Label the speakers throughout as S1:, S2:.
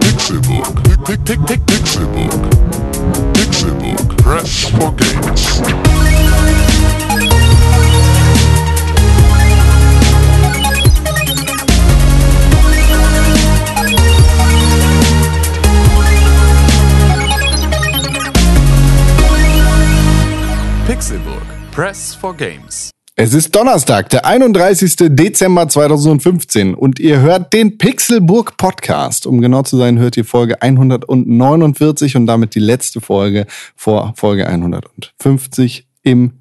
S1: Pixelbook. Pick, pick, pick, Pixelbook. Pixelbook. Press for games.
S2: Pixelburg. Press for Games.
S3: Es ist Donnerstag, der 31. Dezember 2015 und ihr hört den Pixelburg Podcast. Um genau zu sein, hört ihr Folge 149 und damit die letzte Folge vor Folge 150 im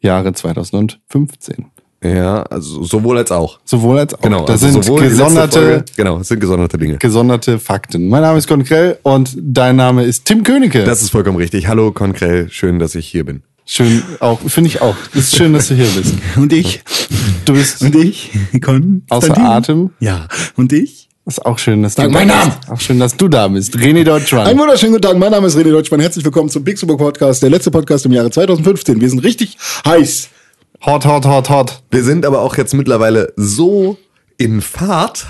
S3: Jahre 2015.
S4: Ja, also sowohl als auch.
S3: Sowohl als auch.
S4: Genau,
S3: das
S4: also
S3: sind
S4: sowohl die letzte Folge,
S3: gesonderte,
S4: genau, es sind gesonderte Dinge.
S3: gesonderte Fakten. Mein Name ist Konkrell und dein Name ist Tim Königke.
S4: Das ist vollkommen richtig. Hallo Konkrell, schön, dass ich hier bin.
S3: schön auch, finde ich auch. Ist schön, dass du hier bist.
S5: Und ich.
S3: Du bist
S5: Und ich. Konstantin.
S3: außer Atem.
S5: Ja. Und ich.
S3: Ist auch schön, dass du
S6: mein
S3: da
S6: Name!
S3: bist. Auch schön, dass du da bist. René
S6: Einen
S3: Deutschmann.
S6: wunderschönen guten Tag, mein Name ist René Deutschmann. Herzlich willkommen zum Pixelburg Podcast, der letzte Podcast im Jahre 2015. Wir sind richtig heiß.
S3: Hot, hot, hot, hot.
S4: Wir sind aber auch jetzt mittlerweile so in Fahrt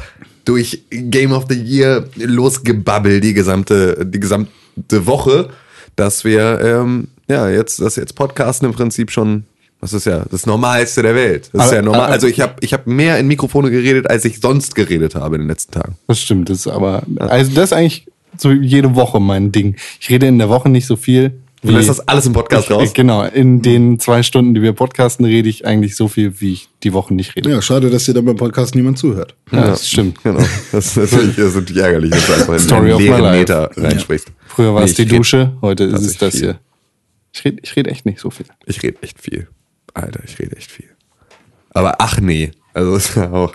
S4: durch Game of the Year losgebabbel die gesamte die gesamte Woche, dass wir ähm, ja jetzt dass jetzt Podcasten im Prinzip schon das ist ja das Normalste der Welt. Das ist
S3: Aber-
S4: ja normal.
S3: aber-
S4: Also ich habe ich habe mehr in Mikrofone geredet, als ich sonst geredet habe in den letzten Tagen.
S3: Das stimmt, das ist aber, also das ist eigentlich so jede Woche mein Ding. Ich rede in der Woche nicht so viel.
S4: Du lässt das alles im Podcast raus.
S3: Ich, genau, in den zwei Stunden, die wir podcasten, rede ich eigentlich so viel, wie ich die Woche nicht rede.
S6: Ja, schade, dass hier dann beim Podcast niemand zuhört.
S3: Ja, das stimmt.
S4: Genau. Das ist natürlich, das ist natürlich ärgerlich, dass du einfach in
S3: Story
S4: einen
S3: of my
S4: leeren
S3: life.
S4: Meter reinsprichst.
S3: Früher war
S4: Nee,
S3: es die
S4: ich red-
S3: Dusche, heute ist es
S4: tatsächlich
S3: das
S4: viel.
S3: hier. Ich rede ich red echt nicht so viel.
S4: Ich rede echt viel. Alter, ich rede echt viel. Aber ach nee. Also ist ja auch,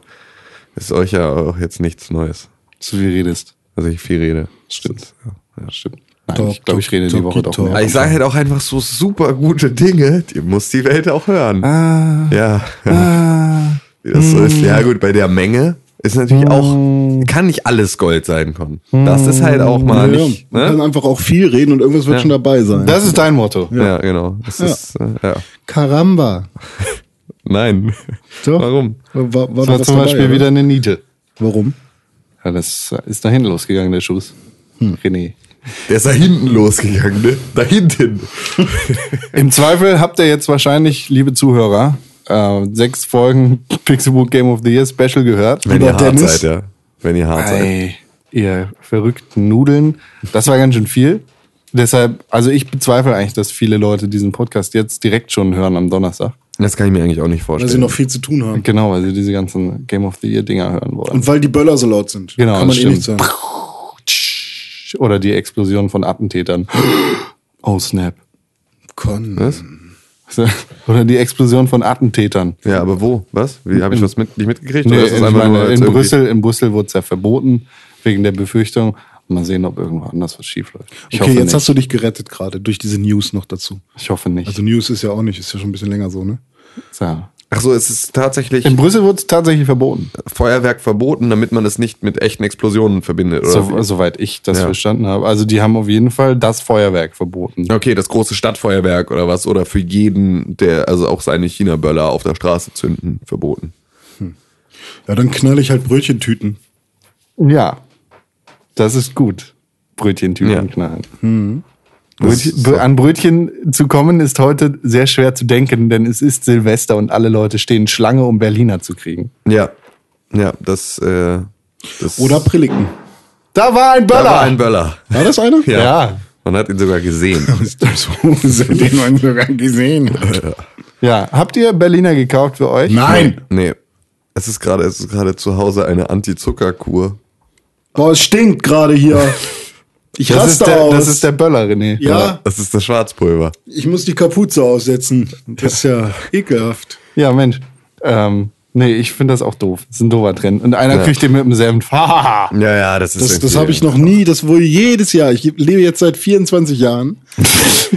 S4: ist euch ja auch jetzt nichts Neues,
S3: So wie redest.
S4: dass ich viel rede.
S3: Stimmt. Ja, stimmt. Nein,
S6: Talk,
S3: ich glaube, ich
S6: talk,
S3: rede die
S6: talk,
S3: Woche doch
S6: talk.
S4: Aber
S3: mehr.
S4: ich sage halt auch einfach so super gute Dinge, die muss die Welt auch hören.
S3: Ah,
S4: Ja.
S3: ah.
S4: Wie das so ist. Ja, gut, bei der Menge ist natürlich
S3: Mm.
S4: auch, kann nicht alles Gold sein, Con. Das ist halt auch mal
S6: ja,
S4: nicht.
S6: Man kann
S4: Ne?
S6: einfach auch viel reden und irgendwas wird schon dabei sein.
S3: Das ist dein Motto.
S4: Ja, genau. Das
S6: Ja.
S4: ist, äh, ja.
S6: Karamba.
S4: Nein.
S6: Doch.
S4: Warum?
S6: War, war
S3: Das
S6: doch
S3: war
S6: was
S3: zum
S6: dabei,
S3: Beispiel
S6: oder?
S3: wieder eine Niete.
S6: Warum?
S3: Ja, das ist nach hinten losgegangen, der Schuss. René.
S4: Der ist da hinten losgegangen, ne? Da hinten.
S3: Im Zweifel habt ihr jetzt wahrscheinlich, liebe Zuhörer, äh, sechs Folgen Pixelbook Game of the Year Special gehört.
S4: Wenn ihr hart
S6: auch Dennis.
S4: seid, ja. Wenn ihr hart seid.
S3: Ei, ihr verrückten Nudeln. Das war ganz schön viel. Deshalb, also ich bezweifle eigentlich, dass viele Leute diesen Podcast jetzt direkt schon hören am Donnerstag.
S4: Das kann ich mir eigentlich auch nicht
S6: Weil sie
S4: vorstellen.
S6: noch viel zu tun haben.
S3: Genau, weil sie diese ganzen Game of the Year Dinger hören wollen.
S6: Und weil die Böller so laut sind.
S3: Genau,
S6: Kann man
S3: das
S6: eh
S3: stimmt.
S6: nicht sagen.
S3: Oder die Explosion von Attentätern. Oh, snap.
S6: Con.
S4: was?
S3: Oder die Explosion von Attentätern.
S4: Ja, aber wo? Was? Wie habe ich das mit, nicht mitgekriegt?
S3: Nee,
S4: Oder ist das
S3: ich
S4: einfach
S3: meine,
S4: nur als
S3: in,
S4: irgendwie-
S3: Brüssel, in Brüssel wurde es ja verboten, wegen der Befürchtung. Mal sehen, ob irgendwo anders was schief läuft. Ich
S6: Okay,
S3: hoffe
S6: jetzt
S3: nicht.
S6: hast du dich gerettet gerade durch diese News noch dazu.
S3: ich hoffe nicht.
S6: Also News ist ja auch nicht, ist ja schon ein bisschen länger so, ne?
S3: Tja.
S4: Ach so, es ist tatsächlich
S3: In Brüssel wurde es tatsächlich verboten,
S4: Feuerwerk verboten, damit man es nicht mit echten Explosionen verbindet, oder?
S3: so, äh,
S4: wie?
S3: soweit ich das
S4: Ja.
S3: verstanden habe. Also die haben auf jeden Fall das Feuerwerk verboten.
S4: Okay, das große Stadtfeuerwerk oder was? Oder für jeden, der also auch seine China-Böller auf der Straße zünden, verboten.
S6: Ja, dann knall ich halt Brötchentüten.
S3: Ja, das ist gut. Brötchentüten
S4: Ja.
S3: knallen.
S4: Das
S3: Brötchen,
S4: ist
S3: Br-
S4: so.
S3: An Brötchen zu kommen ist heute sehr schwer zu denken, denn es ist Silvester und alle Leute stehen Schlange, um Berliner zu kriegen.
S4: Ja. Ja, das, äh, das
S6: Oder Prilliken.
S3: Da war ein
S4: Da war
S3: Böller!
S4: ein Böller.
S6: War das einer?
S4: Ja.
S3: Ja.
S4: Man hat ihn sogar gesehen.
S6: Den man sogar gesehen hat.
S3: Ja, habt ihr Berliner gekauft für euch?
S6: Nein!
S4: Nee. Es ist gerade, es ist gerade zu Hause eine Anti-Zucker-Kur.
S6: Boah, es stinkt gerade hier. Ich
S3: Das ist,
S6: raste
S3: der,
S6: aus.
S3: das ist der Böller, René.
S6: ja,
S4: Das ist das Schwarzpulver.
S6: ich muss die Kapuze aussetzen. Das ist ja ekelhaft.
S3: Ja, Mensch. Ähm, nee, ich finde das auch doof. Das ist ein doofer Trend. Und einer kriegt den mit dem Senf. Hahaha.
S4: Ja, ja, das ist.
S6: Das, das
S4: irgendwie-
S6: habe ich noch nie, das wohl jedes Jahr. Ich lebe jetzt seit 24 Jahren.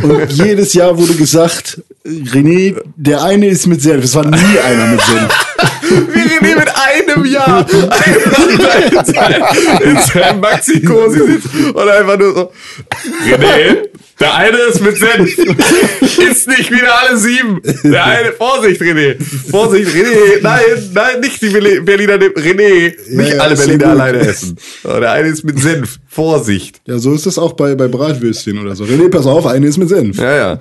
S6: und jedes Jahr wurde gesagt, René, der eine ist mit Senf. Es war nie einer mit Senf.
S4: Wir reden mit einem Jahr. in seinem Maxi-Kurs sitzt und einfach nur so. René, der eine ist mit Senf. Ist nicht wieder alle sieben. Der eine, Vorsicht, René. Vorsicht, René. Nein, nein, nicht die Berli- Berliner. nehmen. René, nicht
S6: Ja, ja,
S4: alle
S6: ist ja
S4: Berliner
S6: gut.
S4: alleine essen. So, Der eine ist mit Senf. Vorsicht.
S6: Ja, so ist das auch bei, bei Bratwürstchen oder so. René, pass auf, eine ist mit Senf.
S4: Ja, ja.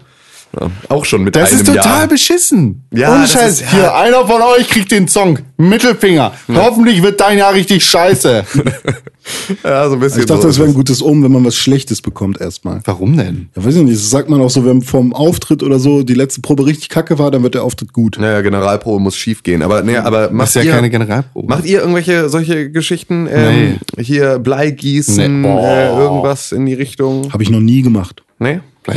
S4: Ja, Auch schon mit
S3: Das
S4: einem
S3: ist total
S4: Jahr.
S3: beschissen.
S4: Ja,
S3: Ohne
S4: das
S3: Scheiß.
S4: ist- ja.
S3: Hier, einer von euch kriegt den Song. Mittelfinger. Hoffentlich wird dein Jahr richtig scheiße.
S4: ja, so ein bisschen.
S6: Ich dachte,
S4: so.
S6: das wäre ein gutes Um, wenn man was Schlechtes bekommt erstmal.
S3: Warum denn?
S6: Ja, weiß ich nicht, das sagt man auch so, wenn vom Auftritt oder so die letzte Probe richtig kacke war, dann wird der Auftritt gut.
S4: Naja, Generalprobe muss schief gehen. Aber, nee, aber macht
S3: ist ja
S4: ihr,
S3: keine Generalprobe.
S4: Macht ihr irgendwelche solche Geschichten? Ähm, Hier Bleigießen,
S3: Nee. Oh.
S4: äh, irgendwas in die Richtung?
S6: Habe ich noch nie gemacht.
S4: Nee?
S6: Das,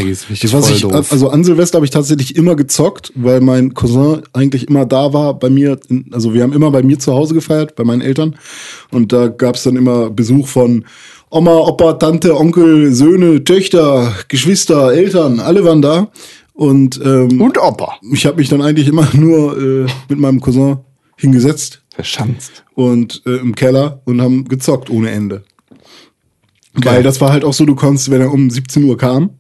S6: was ich,
S3: äh,
S6: also an Silvester habe ich tatsächlich immer gezockt, weil mein Cousin eigentlich immer da war bei mir. in- Also wir haben immer bei mir zu Hause gefeiert, bei meinen Eltern. Und da gab es dann immer Besuch von Oma, Opa, Tante, Onkel, Söhne, Töchter, Geschwister, Eltern, alle waren da. Und, ähm,
S3: Und Opa.
S6: ich habe mich dann eigentlich immer nur äh, mit meinem Cousin hingesetzt
S3: Verschanzt.
S6: und äh, im Keller und haben gezockt ohne Ende. Weil das war halt auch so, du konntest, wenn er um 17 Uhr kam,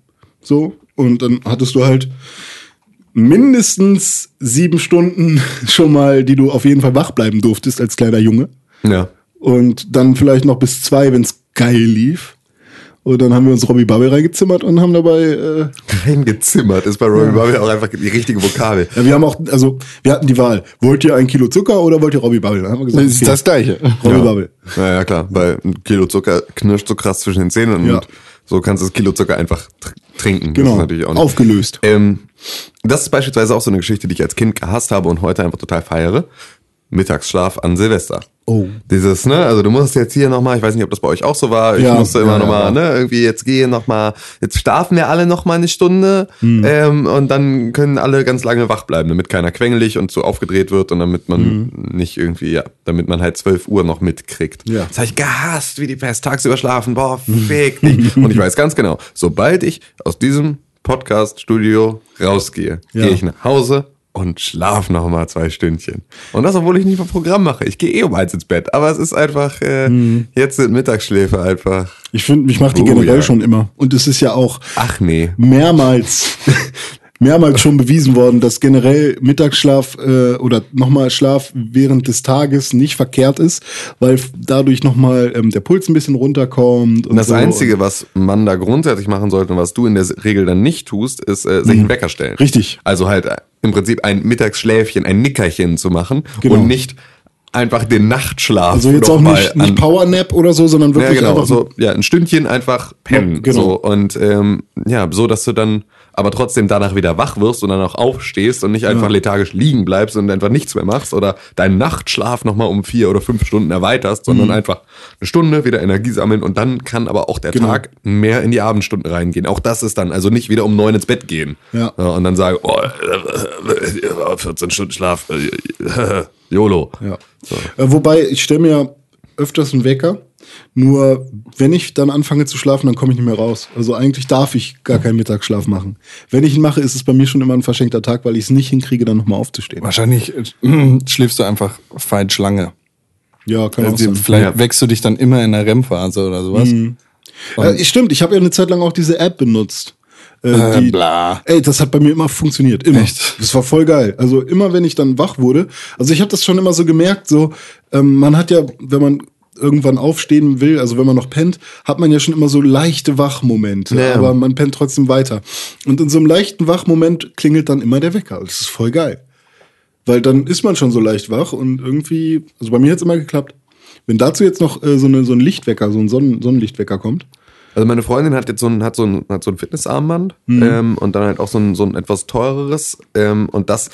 S6: so, und dann hattest du halt mindestens sieben Stunden schon mal, die du auf jeden Fall wach bleiben durftest als kleiner Junge.
S4: Ja.
S6: Und dann vielleicht noch bis zwei, wenn's geil lief. Und dann haben wir uns Robbie Bubble reingezimmert und haben dabei äh,
S4: Reingezimmert ist bei Robbie Bubble auch einfach die richtige Vokabel.
S6: Ja, wir haben auch, also wir hatten die Wahl. Wollt ihr ein Kilo Zucker oder wollt ihr Robbie Bubble? Dann haben wir gesagt,
S3: Das ist das Gleiche.
S6: Robbie Bubble.
S4: Ja, ja, klar, weil ein Kilo Zucker knirscht so krass zwischen den Zähnen und
S6: Ja.
S4: so kannst du das Kilo Zucker einfach tr trinken. Das
S6: Genau.
S4: ist natürlich auch nicht.
S6: Aufgelöst.
S4: Ähm, das ist beispielsweise auch so eine Geschichte, die ich als Kind gehasst habe und heute einfach total feiere. Mittagsschlaf an Silvester.
S6: Oh.
S4: Dieses, ne, also du musst jetzt hier nochmal, ich weiß nicht, ob das bei euch auch so war, ich
S6: Ja,
S4: musste immer
S6: ja, ja,
S4: nochmal,
S6: ja.
S4: ne, irgendwie jetzt gehen nochmal, jetzt schlafen wir alle nochmal eine Stunde
S6: Hm.
S4: ähm, und dann können alle ganz lange wach bleiben, damit keiner quengelig und zu aufgedreht wird und damit
S6: Hm.
S4: man nicht irgendwie, ja, damit man halt 12 Uhr noch mitkriegt.
S6: Ja. Hm.
S4: Das habe ich gehasst, wie die Pest tagsüber schlafen, boah, fick dich. und ich weiß ganz genau, sobald ich aus diesem Podcast-Studio rausgehe,
S6: Ja.
S4: gehe ich nach Hause und schlaf noch mal zwei Stündchen. Und das, obwohl ich nicht mal Programm mache. Ich gehe eh um eins ins Bett. Aber es ist einfach, äh,
S6: Hm.
S4: jetzt sind Mittagsschläfe einfach.
S6: Ich finde, mich macht die
S4: Oh,
S6: generell
S4: ja.
S6: schon immer. Und es ist ja auch
S4: Ach nee.
S6: mehrmals, mehrmals schon bewiesen worden, dass generell Mittagsschlaf äh, oder nochmal Schlaf während des Tages nicht verkehrt ist, weil f- dadurch nochmal ähm, der Puls ein bisschen runterkommt. Und
S4: Das
S6: so.
S4: Einzige, was man da grundsätzlich machen sollte und was du in der Regel dann nicht tust, ist äh, sich einen Wecker stellen.
S6: Mhm. Richtig.
S4: Also halt äh, im Prinzip ein Mittagsschläfchen, ein Nickerchen zu machen
S6: Genau.
S4: und nicht einfach den Nachtschlaf.
S6: also jetzt
S4: noch
S6: auch
S4: mal
S6: nicht,
S4: an-
S6: nicht Powernap oder so, sondern
S4: Ja,
S6: wirklich
S4: genau.
S6: einfach
S4: So, ja, ein Stündchen einfach pennen.
S6: Ja, genau.
S4: So. Und ähm, ja, so, dass du dann aber trotzdem danach wieder wach wirst und dann auch aufstehst und nicht einfach lethargisch liegen bleibst und einfach nichts mehr machst oder deinen Nachtschlaf nochmal um vier oder fünf Stunden erweiterst, sondern
S6: Mhm.
S4: einfach eine Stunde wieder Energie sammeln und dann kann aber auch der
S6: Genau.
S4: Tag mehr in die Abendstunden reingehen. Auch das ist dann, also nicht wieder um neun ins Bett gehen
S6: Ja.
S4: und dann sagen, oh, äh, 14 Stunden Schlaf, äh, YOLO.
S6: Ja. Äh, Wobei, ich stelle mir öfters einen Wecker. Nur wenn ich dann anfange zu schlafen, dann komme ich nicht mehr raus. Also eigentlich darf ich gar keinen Mittagsschlaf machen. Wenn ich ihn mache, ist es bei mir schon immer ein verschenkter Tag, weil ich es nicht hinkriege, dann nochmal aufzustehen.
S3: Wahrscheinlich äh, schläfst du einfach falsch lange.
S6: Ja, kann auch
S3: Also,
S6: sein.
S3: vielleicht
S4: Ja. Mhm.
S3: wächst du dich dann immer in der REM-Phase oder sowas.
S4: Also
S6: Äh, ich- stimmt, ich habe ja eine Zeit lang auch diese App benutzt.
S3: Äh,
S6: die-
S3: bla.
S6: Ey, das hat bei mir immer funktioniert. Immer.
S3: Echt?
S6: Das war voll geil. Also immer, wenn ich dann wach wurde. Also ich habe das schon immer so gemerkt, so, ähm, man hat ja, wenn man irgendwann aufstehen will, also wenn man noch pennt, hat man ja schon immer so leichte Wachmomente.
S4: Ja.
S6: Aber man pennt trotzdem weiter. Und in so einem leichten Wachmoment klingelt dann immer der Wecker. Das ist voll geil. Weil dann ist man schon so leicht wach und irgendwie, also bei mir hat's immer geklappt. Wenn dazu jetzt noch äh, so, eine, so ein Lichtwecker, so ein Sonnen Sonnenlichtwecker kommt,
S4: Also meine Freundin hat jetzt so ein, hat so ein, hat so ein Fitnessarmband
S6: Mhm.
S4: ähm, und dann halt auch so ein, so ein etwas teureres ähm, und das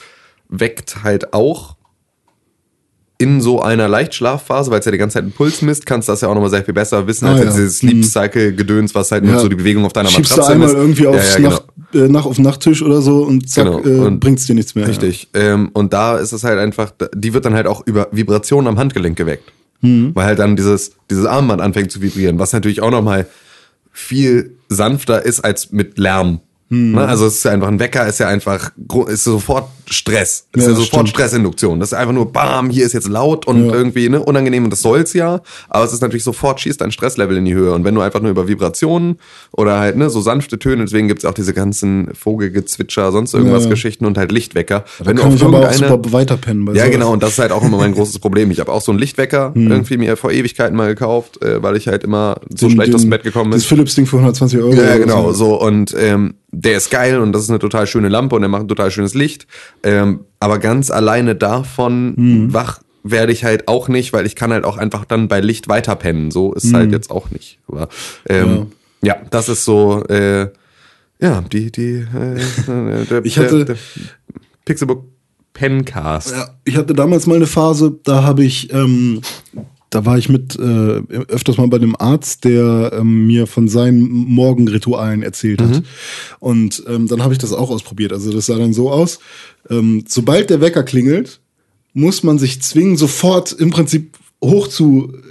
S4: weckt halt auch in so einer Leichtschlafphase, weil es ja die ganze Zeit einen Puls misst, kannst du das ja auch nochmal sehr viel besser wissen
S6: Ah,
S4: als
S6: ja.
S4: jetzt dieses Sleep Cycle Gedöns, was halt nur
S6: Ja.
S4: so die Bewegung auf deiner
S6: schiebst du
S4: Matratze
S6: einmal
S4: misst.
S6: irgendwie
S4: Ja,
S6: aufs
S4: ja, genau.
S6: Nacht, äh, nach, auf den Nachttisch oder so und zack,
S4: Genau.
S6: äh,
S4: Und-
S6: bringt's dir nichts mehr.
S4: Richtig. Ähm, und da ist es halt einfach, die wird dann halt auch über Vibrationen am Handgelenk geweckt.
S6: Mhm.
S4: Weil halt dann dieses, dieses Armband anfängt zu vibrieren, was natürlich auch nochmal viel sanfter ist als mit Lärm.
S6: Mhm.
S4: Ne? Also es ist ja einfach ein Wecker, ist ja einfach gro- ist sofort Stress. Ist
S6: Ja,
S4: ja,
S6: das
S4: sofort
S6: stimmt.
S4: Stressinduktion. Das ist einfach nur bam, hier ist jetzt laut und irgendwie ne, unangenehm und das soll's ja, aber es ist natürlich sofort schießt dein Stresslevel in die Höhe und wenn du einfach nur über Vibrationen oder halt ne so sanfte Töne, deswegen gibt's auch diese ganzen Vogelgezwitscher, sonst irgendwas
S6: Ja.
S4: Geschichten und halt Lichtwecker.
S6: Da kann ich aber auch super weiterpennen. Bei
S4: Ja,
S6: sowas. Hm.
S4: genau, und das ist halt auch immer mein großes Problem. Ich habe auch so einen Lichtwecker irgendwie mir vor Ewigkeiten mal gekauft, äh, weil ich halt immer so
S6: Den-
S4: schlecht aus dem
S6: den-
S4: Bett gekommen bin.
S6: Das Philips-Ding für 120 Euro.
S4: Ja,
S6: oder
S4: ja,
S6: Äh, so.
S4: genau, so und ähm, der ist geil und das ist eine total schöne Lampe und der macht ein total schönes Licht. Ähm, aber ganz alleine davon
S6: Mhm.
S4: wach werde ich halt auch nicht, weil ich kann halt auch einfach dann bei Licht weiterpennen. So ist
S6: Mhm.
S4: halt jetzt auch nicht. Aber ähm, ja. das ist so äh, ja die die äh, der,
S6: Ich hatte-
S4: der, der Pixelbook Pencast.
S6: Ja, ich hatte damals mal eine Phase, da habe ich, ähm, da war ich mit äh, öfters mal bei dem Arzt, der ähm, mir von seinen Morgenritualen erzählt hat. Und ähm, dann habe ich das auch ausprobiert. Also das sah dann so aus: ähm, Sobald der Wecker klingelt, muss man sich zwingen, sofort im Prinzip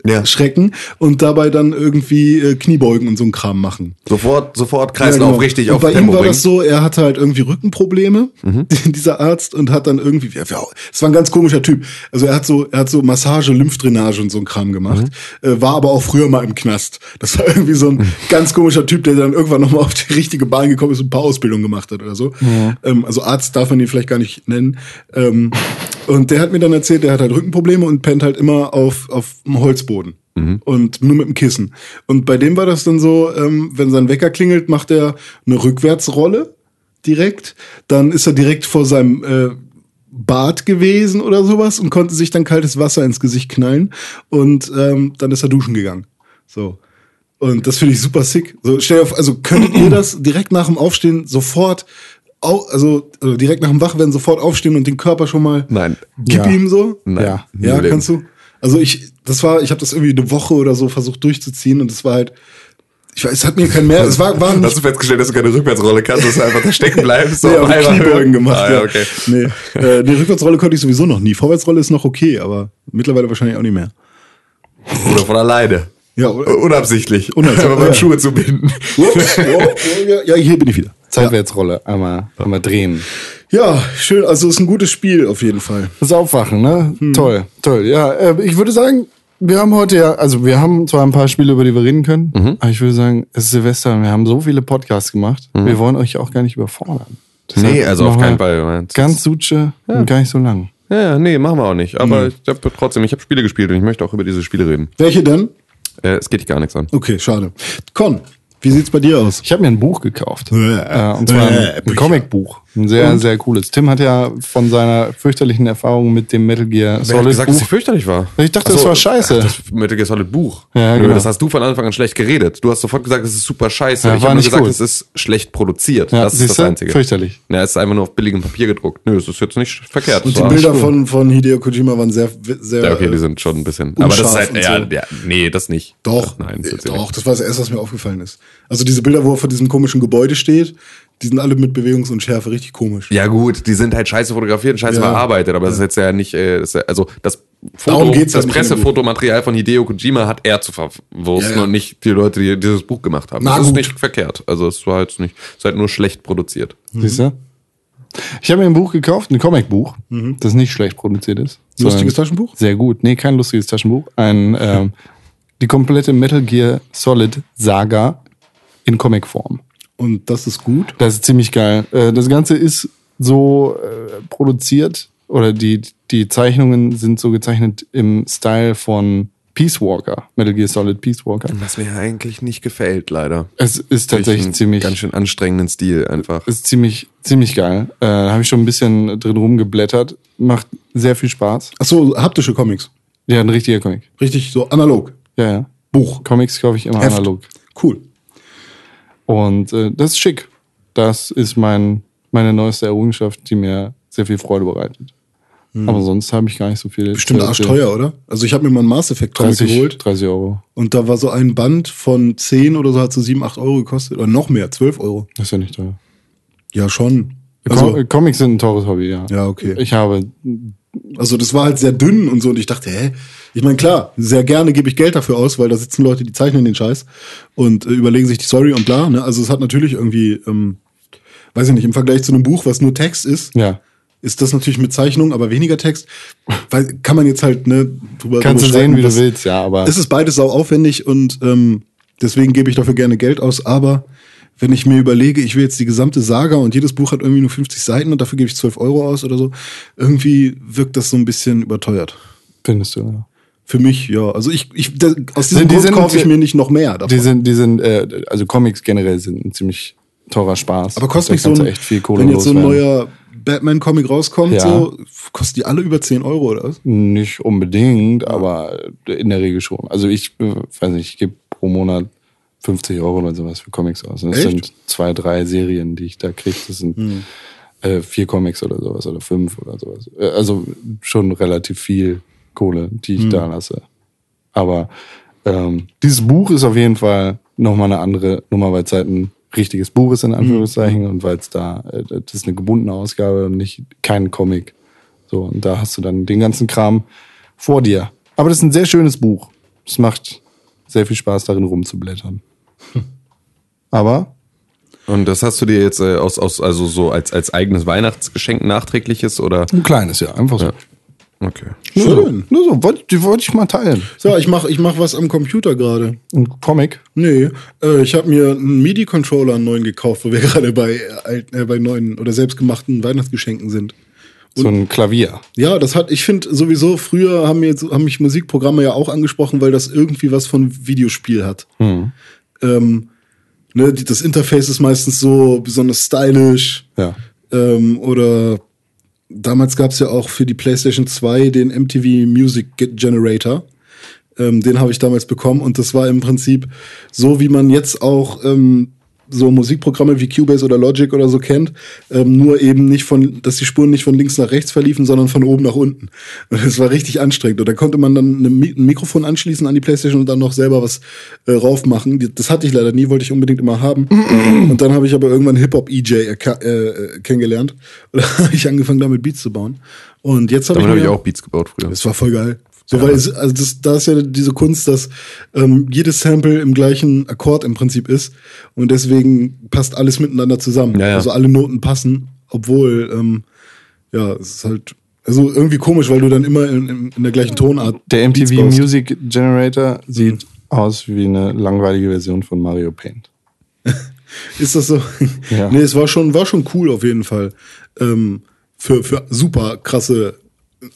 S4: Ja.
S6: hochzuschrecken und dabei dann irgendwie äh, Kniebeugen und so ein Kram machen.
S4: Sofort sofort Kreislauf
S6: Ja, genau.
S4: richtig
S6: und
S4: auf
S6: bei
S4: Tempo
S6: ihm war
S4: bringen. Mhm.
S6: das so, er hatte halt irgendwie Rückenprobleme, dieser Arzt, und hat dann irgendwie, ja, ja, es war ein ganz komischer Typ. Also er hat so, er hat so Massage, Lymphdrainage und so ein Kram gemacht,
S4: Mhm.
S6: äh, war aber auch früher mal im Knast. Das war irgendwie so ein ganz komischer Typ, der dann irgendwann nochmal auf die richtige Bahn gekommen ist und ein paar Ausbildungen gemacht hat oder so. Ähm, also Arzt darf man ihn vielleicht gar nicht nennen. Ähm, und der hat mir dann erzählt, der hat halt Rückenprobleme und pennt halt immer auf, auf dem Holzboden. Und nur mit dem Kissen. Und bei dem war das dann so, ähm, wenn sein Wecker klingelt, macht er eine Rückwärtsrolle direkt. Dann ist er direkt vor seinem äh, Bad gewesen oder sowas und konnte sich dann kaltes Wasser ins Gesicht knallen. Und ähm, dann ist er duschen gegangen. So. Und das finde ich super sick. So, stell dir auf, also könnt ihr das direkt nach dem Aufstehen sofort, au also, also direkt nach dem Wachwerden sofort aufstehen und den Körper schon mal
S4: Nein.
S6: gib
S3: Ja.
S6: ihm so?
S4: Nein.
S3: Ja.
S4: Nie
S6: Ja,
S4: im Leben.
S6: kannst du. Also ich, das war, ich habe das irgendwie eine Woche oder so versucht durchzuziehen und es war halt, ich weiß, es hat mir kein mehr, es war, war
S4: Hast
S6: nicht,
S4: du festgestellt, dass du keine Rückwärtsrolle kannst, dass du einfach da stecken bleibst?
S6: nee,
S4: auf
S6: aber
S4: einmal hören?
S6: Kniebeugen gemacht.
S4: Ah, ja, okay.
S6: Nee, äh, die Rückwärtsrolle konnte ich sowieso noch nie. Vorwärtsrolle ist noch okay, aber mittlerweile wahrscheinlich auch nicht mehr.
S4: Oder von alleine.
S6: Ja,
S4: Un- Unabsichtlich.
S6: Unabsichtlich,
S4: Einfach beim
S6: ja.
S4: Schuhe zu binden.
S6: Ups, oh, ja, ja, hier bin ich wieder.
S3: Zeitwärtsrolle einmal, einmal drehen.
S6: Ja, schön, also ist ein gutes Spiel auf jeden Fall.
S3: Das Aufwachen, ne?
S4: Mhm.
S3: Toll, toll. Ja, äh, ich würde sagen, wir haben heute ja, also wir haben zwar ein paar Spiele, über die wir reden können,
S4: Mhm.
S3: aber ich würde sagen, es ist Silvester und wir haben so viele Podcasts gemacht, wir wollen euch auch gar nicht überfordern. Deshalb
S4: Mhm. Nee, also auf
S3: machen
S4: keinen
S3: wir
S4: Fall, meinst du?
S3: Ganz Suche und gar nicht so lang.
S4: Ja, ja, nee, machen wir auch nicht. Aber ich hab trotzdem, ich habe Spiele gespielt und ich möchte auch über diese Spiele reden.
S6: Welche denn?
S4: Äh, es geht dich gar nichts an.
S6: Okay, schade. Con, wie sieht's bei dir aus?
S3: Ich habe mir ein Buch gekauft.
S6: Äh,
S3: Äh, und zwar
S6: äh,
S3: ein, ein
S6: Bücher.
S3: Comicbuch. Ein sehr, sehr cooles. Tim hat ja von seiner fürchterlichen Erfahrung mit dem Metal Gear
S4: Wer hat
S3: Solid
S4: gesagt, dass sie
S3: Buch.
S4: fürchterlich war?
S3: Ich dachte,
S4: Ach
S3: das war scheiße.
S4: ach, Das Metal Gear Solid Buch.
S3: Ja,
S4: Nö,
S3: genau.
S4: Das hast du von Anfang an schlecht geredet. Du hast sofort gesagt, es ist super scheiße.
S3: Ja,
S4: ich
S3: war
S4: habe nur
S3: nicht
S4: gesagt,
S3: gut.
S4: es ist schlecht produziert.
S3: Ja,
S4: das ist das
S3: siehste?
S4: Einzige.
S3: Fürchterlich.
S4: Ja, es ist einfach nur auf billigem Papier gedruckt. Nö, es ist jetzt nicht verkehrt.
S6: Und
S4: Es
S6: die
S4: war-
S6: Bilder von, von Hideo Kojima waren sehr, sehr.
S4: Ja, okay,
S6: äh,
S4: die sind schon ein bisschen. Aber das ist
S6: unscharf
S4: halt,
S6: und
S4: ja,
S6: so.
S4: ja, nee, das nicht.
S6: Doch,
S4: Nein,
S6: äh,
S4: das ist ja
S6: doch, das war das erste, was mir aufgefallen ist. Also diese Bilder, wo er vor diesem komischen Gebäude steht, die sind alle mit Bewegungsunschärfe richtig komisch.
S4: Ja gut, die sind halt scheiße fotografiert und scheiße
S6: Ja.
S4: bearbeitet, aber das ist jetzt ja nicht, äh, das ist ja, also das Foto,
S6: Darum geht's ja
S4: das
S6: nicht in dem
S4: Pressefotomaterial von Hideo Kojima hat er zu verwursten
S6: Ja, ja.
S4: und nicht die Leute, die dieses Buch gemacht haben.
S6: Na
S4: das
S6: gut.
S4: ist nicht verkehrt, also es war jetzt nicht, es ist halt nur schlecht produziert.
S3: Siehst du? Ich habe mir ein Buch gekauft, ein Comicbuch,
S4: Mhm.
S3: das nicht schlecht produziert ist.
S6: Lustiges
S3: sondern
S6: Taschenbuch?
S3: Sehr gut. Nee, kein lustiges Taschenbuch. Ein, ähm, die komplette Metal Gear Solid Saga in Comicform.
S6: Und das ist gut.
S3: Das ist ziemlich geil. Äh, Das Ganze ist so äh, produziert oder die, die Zeichnungen sind so gezeichnet im Style von Peace Walker, Metal Gear Solid Peace Walker.
S4: Was mir ja eigentlich nicht gefällt, leider.
S3: Es ist tatsächlich ziemlich
S4: Ganz schön anstrengenden Stil einfach.
S3: ist ziemlich, ziemlich geil. Äh, Habe ich schon ein bisschen drin rumgeblättert. Macht sehr viel Spaß.
S6: Ach so, haptische Comics.
S3: Ja, ein richtiger Comic.
S6: Richtig, so analog.
S3: Ja, ja.
S6: Buch.
S3: Comics kaufe ich immer
S6: Heft.
S3: analog.
S6: Cool.
S3: Und äh, das ist schick. Das ist mein, meine neueste Errungenschaft, die mir sehr viel Freude bereitet. Aber sonst habe ich gar nicht so viel.
S6: Hm. Bestimmt
S3: zu erzählen.
S6: arschteuer, oder? Also ich habe mir mal einen Mass Effect Comic
S3: 30,
S6: geholt
S3: 30 Euro.
S6: und da war so ein Band von 10 oder so, hat so 7, 8 Euro gekostet. Oder noch mehr, 12 Euro.
S3: Das ist ja nicht teuer.
S6: Ja, schon.
S3: Com
S6: Also,
S3: Comics sind ein teures Hobby, ja.
S6: Ja, okay.
S3: Ich habe
S6: also das war halt sehr dünn und so und ich dachte, hä? Ich meine, klar, sehr gerne gebe ich Geld dafür aus, weil da sitzen Leute, die zeichnen den Scheiß und äh, überlegen sich die Story und bla. Ne? Also es hat natürlich irgendwie ähm, weiß ich nicht, im Vergleich zu einem Buch, was nur Text ist,
S3: Ja.
S6: ist das natürlich mit Zeichnung, aber weniger Text. Weil kann man jetzt halt, ne, drüber
S3: Kannst du
S6: drüber
S3: sehen,
S6: streiten,
S3: wie du
S6: was-
S3: willst, ja, aber.
S6: Es ist beides sau aufwendig und ähm, deswegen gebe ich dafür gerne Geld aus. Aber wenn ich mir überlege, ich will jetzt die gesamte Saga und jedes Buch hat irgendwie nur 50 Seiten und dafür gebe ich 12 Euro aus oder so, irgendwie wirkt das so ein bisschen überteuert.
S3: findest du, ja.
S6: Für mich, ja. Also ich, ich da, aus diesem
S3: Die
S6: Grund
S3: sind-
S6: kaufe ich mir nicht noch mehr davon.
S3: Die sind, die sind, äh, also Comics generell sind ein ziemlich teurer Spaß.
S6: aber kostet
S3: Da
S6: mich so
S3: kannst
S6: ein,
S3: du echt viel Kohle
S6: wenn jetzt so ein
S3: loswerden.
S6: neuer Batman-Comic rauskommt,
S3: Ja.
S6: so, kosten die alle über 10 Euro oder was?
S3: Nicht unbedingt, aber in der Regel schon. Also ich, äh, weiß nicht, ich gebe pro Monat 50 Euro oder sowas für Comics aus. Das
S6: Echt?
S3: sind zwei, drei Serien, die ich da kriege. Das sind äh, vier Comics oder sowas oder fünf oder sowas. Äh, Also schon relativ viel Kohle, die ich da lasse. Aber ähm, dieses Buch ist auf jeden Fall nochmal eine andere Nummer, weil es halt ein richtiges Buch ist, in Anführungszeichen, und weil es da, äh, das ist eine gebundene Ausgabe und nicht kein Comic. So, und da hast du dann den ganzen Kram vor dir. Aber das ist ein sehr schönes Buch. Es macht sehr viel Spaß, darin rumzublättern. Hm. Aber
S4: Und das hast du dir jetzt äh, aus, aus, also so als, als eigenes Weihnachtsgeschenk nachträgliches oder?
S6: Hm.
S3: ein kleines, ja, einfach so.
S4: Okay.
S6: Schön.
S3: Nur so, wollte, die wollte ich mal teilen.
S6: So, ich mach, ich mach was am Computer gerade.
S3: Ein Comic.
S6: Nee, äh, ich habe mir einen MIDI-Controller einen neuen gekauft, wo wir gerade bei, äh, alten- äh, bei neuen oder selbstgemachten Weihnachtsgeschenken sind.
S3: So ein Klavier.
S6: Ja, das hat, ich finde sowieso, früher haben, mir, haben mich Musikprogramme ja auch angesprochen, weil das irgendwie was von Videospiel hat. Ähm, ne, die, das Interface ist meistens so besonders stylisch.
S3: Ja.
S6: Ähm, oder damals gab es ja auch für die PlayStation 2 den MTV Music Ge- Generator. Ähm, den habe ich damals bekommen und das war im Prinzip so, wie man jetzt auch ähm, so Musikprogramme wie Cubase oder Logic oder so kennt, ähm, nur eben nicht von, dass die Spuren nicht von links nach rechts verliefen, sondern von oben nach unten. Und das war richtig anstrengend. Und da konnte man dann eine Mi- ein Mikrofon anschließen an die Playstation und dann noch selber was äh, raufmachen. Die- Das hatte ich leider nie, wollte ich unbedingt immer haben. und dann habe ich aber irgendwann Hip-Hop-EJ erka- äh, äh, kennengelernt. Und da habe ich angefangen, damit Beats zu bauen. Und jetzt habe ich,
S4: Damit habe
S6: mir-
S4: ich auch Beats gebaut früher.
S6: das war voll geil. So, weil es, also das, da ist ja diese Kunst, dass ähm, jedes Sample im gleichen Akkord im Prinzip ist und deswegen passt alles miteinander zusammen.
S4: Ja, ja.
S6: Also alle Noten passen, obwohl, ähm, ja, es ist halt, also irgendwie komisch, weil du dann immer in, in, in der gleichen Tonart.
S3: Der
S6: Beats
S3: MTV
S6: baust.
S3: Music Generator sieht aus wie eine langweilige Version von Mario Paint.
S6: Ist das so?
S3: Ja.
S6: nee, es war schon, war schon cool auf jeden Fall. Ähm, für, für super krasse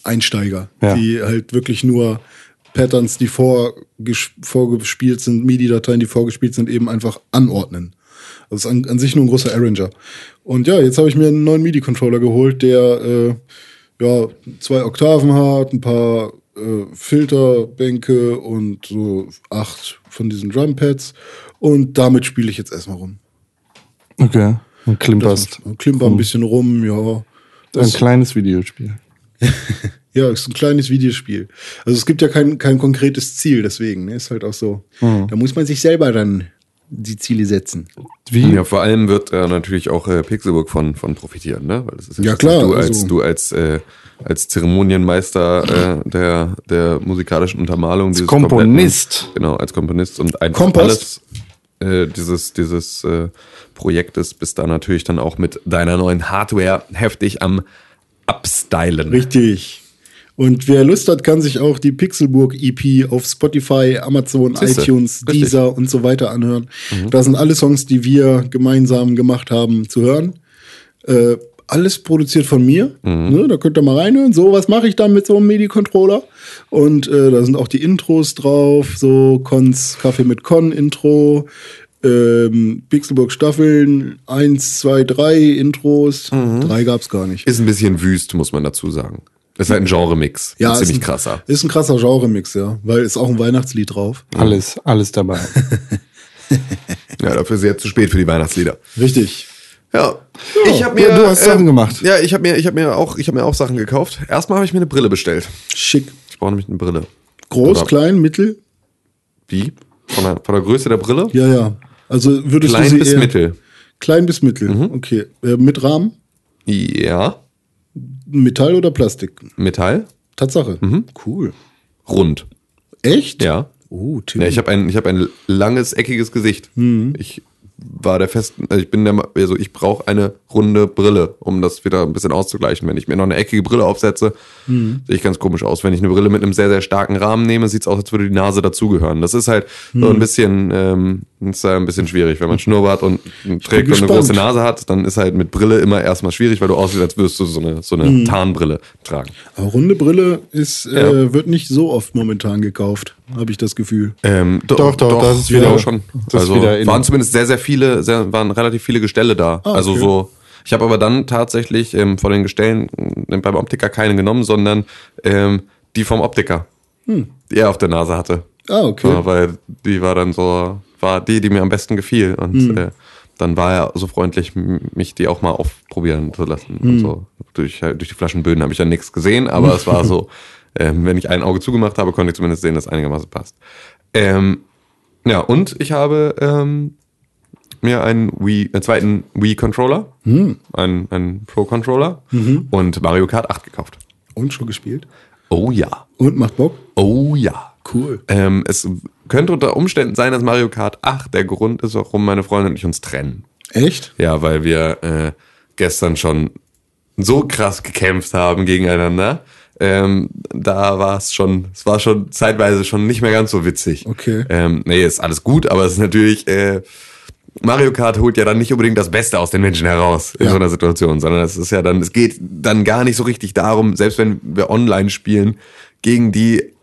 S6: Einsteiger,
S3: Ja.
S6: die halt wirklich nur Patterns, die vorges vorgespielt sind, MIDI-Dateien, die vorgespielt sind, eben einfach anordnen. Das ist an, an sich nur ein großer Arranger. Und ja, jetzt habe ich mir einen neuen MIDI-Controller geholt, der äh, ja, zwei Oktaven hat, ein paar äh, Filterbänke und so acht von diesen Drumpads. Und damit spiele ich jetzt erstmal rum.
S3: Okay. Und klimperst.
S6: Man Klimper ein bisschen rum, ja.
S3: Ein kleines Videospiel.
S6: Ja, ist ein kleines Videospiel. Also es gibt ja kein, kein konkretes Ziel, deswegen. Ne? Ist halt auch so. Da muss man sich selber dann die Ziele setzen.
S3: Wie?
S4: Ja, vor allem wird äh, natürlich auch äh, Pixelburg von, von profitieren, ne? Weil das ist
S6: Ja,
S4: jetzt
S6: klar,
S4: Du als,
S6: also-
S4: du als, äh, als Zeremonienmeister äh, der, der musikalischen Untermalung. Als
S3: Komponist.
S4: Genau, als Komponist und einfach
S6: Kompost.
S4: alles äh, dieses, dieses äh, Projektes bist da natürlich dann auch mit deiner neuen Hardware heftig am Upstylen.
S6: Richtig. Und wer Lust hat, kann sich auch die Pixelburg EP auf Spotify, Amazon,
S4: Siehste,
S6: iTunes,
S4: richtig. Mhm.
S6: Deezer und so weiter anhören. Da sind alle Songs, die wir gemeinsam gemacht haben, zu hören. Äh, alles produziert von mir.
S4: Mhm.
S6: Ne, da könnt ihr mal reinhören. So, was mache ich dann mit so einem MIDI-Controller? Und äh, da sind auch die Intros drauf, so Cons Kaffee mit Con Intro, ähm, Pixelburg Staffeln 1, 2, 3 Intros.
S4: Mhm.
S6: Drei gab's gar nicht.
S4: Ist ein bisschen wüst, muss man dazu sagen. Ist halt ein Genre-Mix. Ein ziemlich
S6: ist ein,
S4: krasser.
S6: Ist ein krasser Genre-Mix, ja. Weil ist auch ein Weihnachtslied drauf.
S3: Alles, alles dabei.
S4: Ja, dafür ist es jetzt zu spät für die Weihnachtslieder.
S6: Richtig.
S4: Ja. Ich habe mir ähm,
S3: Ja, du hast Sachen gemacht.
S4: Ja, ich habe mir ich habe mir auch ich habe mir auch Sachen gekauft. Erstmal habe ich mir eine Brille bestellt.
S6: Schick.
S4: Ich brauche nämlich eine Brille.
S6: Groß,
S4: Oder-
S6: klein, mittel.
S4: Wie? Von der, von der Größe der Brille?
S6: Ja, ja. Also würdest du
S4: Klein
S6: sie
S4: bis
S6: eher,
S4: mittel. Mhm.
S6: Klein bis mittel. Okay. Äh, mit Rahmen?
S4: Ja.
S6: Metall oder Plastik?
S4: Metall?
S6: Tatsache. Cool.
S4: Rund.
S6: Echt?
S4: Mhm. Ja.
S6: Oh, Tim.
S4: ja ich habe ein ich habe ein langes eckiges Gesicht. Ich war der festen, also ich bin der, Ma- also ich brauche eine runde Brille, um das wieder ein bisschen auszugleichen. Wenn ich mir noch eine eckige Brille aufsetze, sehe ich ganz komisch aus. Wenn ich eine Brille mit einem sehr, sehr starken Rahmen nehme, sieht es aus, als würde die Nase dazugehören. Das ist halt so ein bisschen, ähm, ist halt ein bisschen schwierig. Wenn man Schnurrbart und trägt und eine
S6: gespannt.
S4: große Nase hat, dann ist halt mit Brille immer erstmal schwierig, weil du aussiehst, als würdest du so eine, so eine Tarnbrille tragen.
S6: Aber runde Brille ist, äh, wird nicht so oft momentan gekauft, habe ich das Gefühl.
S4: Ähm, do,
S3: Doch, doch, das ist
S4: ich glaube
S3: wieder-
S4: schon.
S3: das ist
S4: also
S3: wieder in- Ah,
S4: waren zumindest sehr, sehr viele, sehr, waren relativ viele Gestelle da. Also
S6: okay.
S4: so. Ich habe aber dann tatsächlich ähm, von den Gestellen äh, beim Optiker keine genommen, sondern ähm, die vom Optiker, die er auf der Nase hatte.
S6: Ah, okay.
S4: Ja, weil die war dann so, war die, die mir am besten gefiel. Und
S6: Hm.
S4: äh, dann war er so freundlich, m- mich die auch mal aufprobieren zu lassen.
S6: Hm.
S4: Und so. Durch, halt, durch die Flaschenböden habe ich dann nichts gesehen, aber es war so, ähm, wenn ich ein Auge zugemacht habe, konnte ich zumindest sehen, dass es einigermaßen passt. Ähm, ja, und ich habe ähm, mir einen, Wii, einen zweiten Wii-Controller,
S6: Hm.
S4: einen, einen Pro-Controller
S6: Mhm.
S4: und Mario Kart 8 gekauft.
S6: Und schon gespielt.
S4: Oh ja.
S6: Und macht Bock.
S4: Oh ja.
S6: Cool.
S4: Ähm, es könnte unter Umständen sein, dass Mario Kart 8 der Grund ist, warum meine Freundin und ich uns trennen.
S6: Echt?
S4: Ja, weil wir äh, gestern schon so krass gekämpft haben gegeneinander. Ähm, da war es schon, es war schon zeitweise schon nicht mehr ganz so witzig.
S6: Okay.
S4: Ähm, nee, ist alles gut, aber es ist natürlich, äh, Mario Kart holt ja dann nicht unbedingt das Beste aus den Menschen heraus in
S6: Ja.
S4: so einer Situation, sondern es ist ja dann, es geht dann gar nicht so richtig darum, selbst wenn wir online spielen, gegen die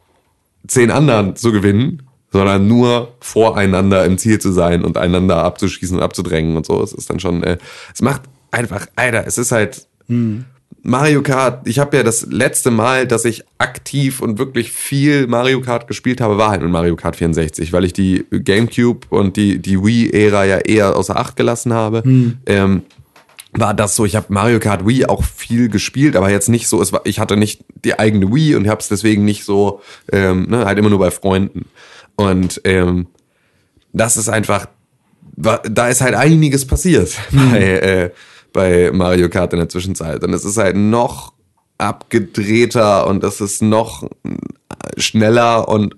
S4: zehn anderen zu gewinnen, sondern nur voreinander im Ziel zu sein und einander abzuschießen und abzudrängen und so. Es ist dann schon, äh, es macht einfach, Alter, es ist halt Mario Kart. Ich habe ja das letzte Mal, dass ich aktiv und wirklich viel Mario Kart gespielt habe, war halt mit Mario Kart 64, weil ich die GameCube und die, die Wii-Ära ja eher außer Acht gelassen habe. Ähm, war das so, ich habe Mario Kart Wii auch viel gespielt, aber jetzt nicht so, es war, ich hatte nicht die eigene Wii und habe es deswegen nicht so, ähm, ne, halt immer nur bei Freunden. Und ähm, das ist einfach, wa- da ist halt einiges passiert
S3: Mhm.
S4: bei, äh, bei Mario Kart in der Zwischenzeit. Und es ist halt noch abgedrehter und es ist noch äh, schneller und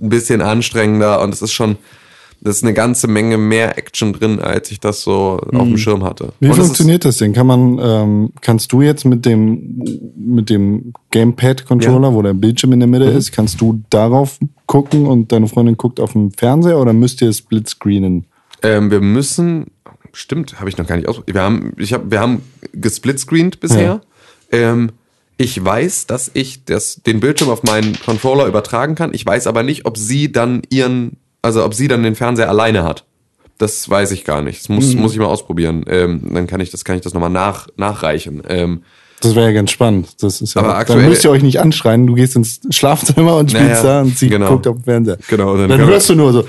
S4: ein bisschen anstrengender und es ist schon, das ist eine ganze Menge mehr Action drin, als ich das so auf dem Schirm hatte.
S3: Mhm. Wie
S4: Und es ist-
S3: funktioniert das denn? Kann man, ähm, kannst du jetzt mit dem, mit dem Gamepad-Controller, wo der Bildschirm in der Mitte ist, kannst du darauf gucken und deine Freundin guckt auf dem Fernseher oder müsst ihr splitscreenen?
S4: Ähm, wir müssen. Stimmt, habe ich noch gar nicht aus. Wir haben, ich hab, wir haben gesplitscreened bisher. Ähm, ich weiß, dass ich das, den Bildschirm auf meinen Controller übertragen kann. Ich weiß aber nicht, ob sie dann ihren, also ob sie dann den Fernseher alleine hat. Das weiß ich gar nicht. Das muss, muss ich mal ausprobieren. Ähm, dann kann ich das, kann ich das nochmal nach, nachreichen. Ähm,
S3: Das wäre ja ganz spannend. Das ist ja,
S4: Aber aktuell-
S3: dann müsst ihr euch nicht anschreien. Du gehst ins Schlafzimmer und spielst da
S4: Naja,
S3: und sie
S4: genau.
S3: guckt auf den Fernseher.
S4: Genau, dann
S3: Dann,
S4: können wir-
S3: hörst du nur so.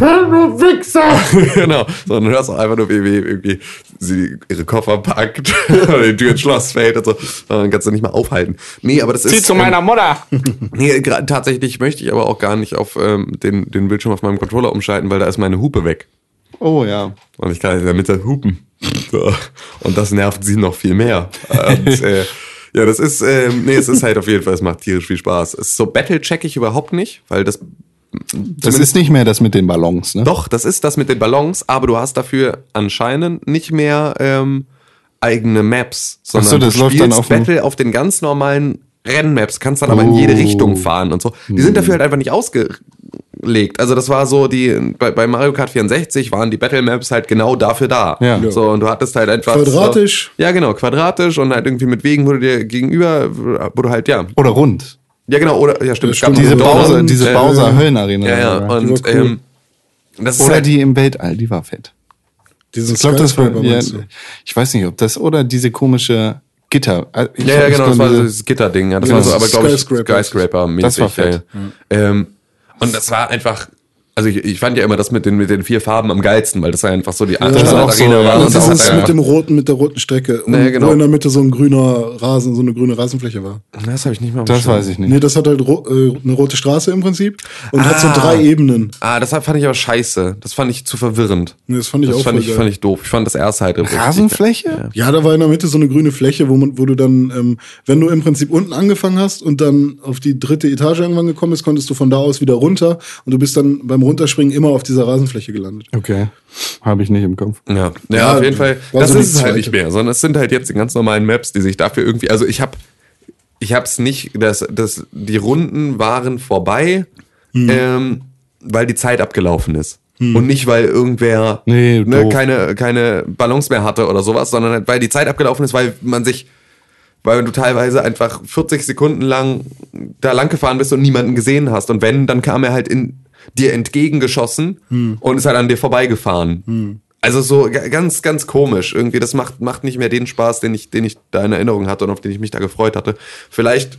S4: genau. Sondern du hörst auch einfach nur, wie, wie irgendwie sie ihre Koffer packt oder die Tür ins Schloss fällt und so. Dann kannst du nicht mal aufhalten. Nee, aber das ist. ähm,
S2: Mutter!
S4: Nee, gra- tatsächlich möchte ich aber auch gar nicht auf ähm, den, den Bildschirm auf meinem Controller umschalten, weil da ist meine Hupe weg.
S3: Oh ja.
S4: Und ich kann in der Mitte hupen. So. Und das nervt sie noch viel mehr. Und, äh, ja, das ist, ähm, nee, es ist halt auf jeden Fall, es macht tierisch viel Spaß. Es- So Battle check ich überhaupt nicht, weil das
S3: Das ist nicht mehr das mit den Ballons, ne?
S4: doch, das ist das mit den Ballons, aber du hast dafür anscheinend nicht mehr ähm, eigene Maps, sondern
S3: Ach so, das
S4: du
S3: läuft
S4: spielst
S3: dann auf dem-
S4: Battle auf den ganz normalen Rennmaps, kannst dann aber in jede
S3: Oh.
S4: Richtung fahren und so. Die sind dafür halt einfach nicht ausgelegt. Also das war so die bei, bei Mario Kart 64 waren die Battle Maps halt genau dafür da.
S3: Ja.
S4: So und du hattest halt einfach
S6: Quadratisch.
S4: So, ja genau quadratisch und halt irgendwie mit Wegen, wo du dir gegenüber, wo du halt ja
S3: Oder rund.
S4: ja genau oder ja stimmt. es gab
S3: Diese
S4: noch
S3: Bowser,
S4: Donuts,
S3: diese
S4: äh,
S3: Bowser Höllenarena.
S4: Ja ja
S3: oder?
S4: und
S6: Die war cool.
S4: ähm, das ist
S3: oder
S4: halt,
S3: die im Weltall, die war fett.
S6: Diesen
S3: Ich glaube, das war,
S6: Skyscraper
S3: ja,
S6: meinst du?
S3: ich weiß nicht, ob das oder diese komische Gitter. äh, ich
S4: Ja, ja,
S3: glaub,
S4: genau, das war
S3: diese-
S4: dieses Gitterding. Ja, das
S6: Genau,
S4: war so, aber
S6: das
S4: glaube ich,
S6: Skyscraper.
S4: Skyscraper-mäßig.
S3: Das war fett.
S4: Ja, ja. Ähm, und das war einfach, also ich, ich fand ja immer das mit den, mit den vier Farben am geilsten, weil das war einfach so die andere
S3: ist auch so, ja.
S4: war.
S3: Ja,
S4: Das
S6: Und
S4: ist
S6: dieses
S4: auch,
S6: mit dem roten, mit der roten Strecke. Und
S4: Nee, genau.
S6: Wo in der Mitte so ein grüner Rasen, so eine grüne Rasenfläche war.
S4: das habe ich nicht mal
S3: Das weiß ich nicht.
S6: Nee, das hat halt ro äh, eine rote Straße im Prinzip und hat so
S4: Ah.
S6: drei Ebenen.
S4: Ah, das fand ich aber scheiße. Das fand ich zu verwirrend.
S6: Nee, das fand ich auch
S4: fand
S6: voll
S4: ich,
S6: geil.
S4: fand ich doof. Ich fand das erste halt richtig.
S3: Rasenfläche?
S6: Ja, da war in der Mitte so eine grüne Fläche, wo, man, wo du dann, ähm, wenn du im Prinzip unten angefangen hast und dann auf die dritte Etage irgendwann gekommen bist, konntest du von da aus wieder runter und du bist dann beim Runterspringen immer auf dieser Rasenfläche gelandet.
S3: Okay. Habe ich nicht im Kopf.
S4: Ja, ja,
S6: Ja,
S4: auf jeden Fall.
S6: war
S4: Das
S6: so die
S4: ist es halt
S6: zweite.
S4: nicht mehr, sondern es sind halt jetzt die ganz normalen Maps, die sich dafür irgendwie. Also ich habe, ich habe es nicht, dass das die Runden waren vorbei,
S3: Mhm.
S4: ähm, weil die Zeit abgelaufen ist und nicht weil irgendwer
S3: Nee,
S4: ne,
S3: doof.
S4: keine keine Balance mehr hatte oder sowas, sondern halt, weil die Zeit abgelaufen ist, weil man sich weil du teilweise einfach 40 Sekunden lang da lang gefahren bist und niemanden gesehen hast. Und wenn, dann kam er halt in dir entgegengeschossen
S3: Mhm.
S4: und ist halt an dir vorbeigefahren. Also so ga- ganz, ganz komisch. Irgendwie, das macht, macht nicht mehr den Spaß, den ich, den ich da in Erinnerung hatte und auf den ich mich da gefreut hatte. Vielleicht,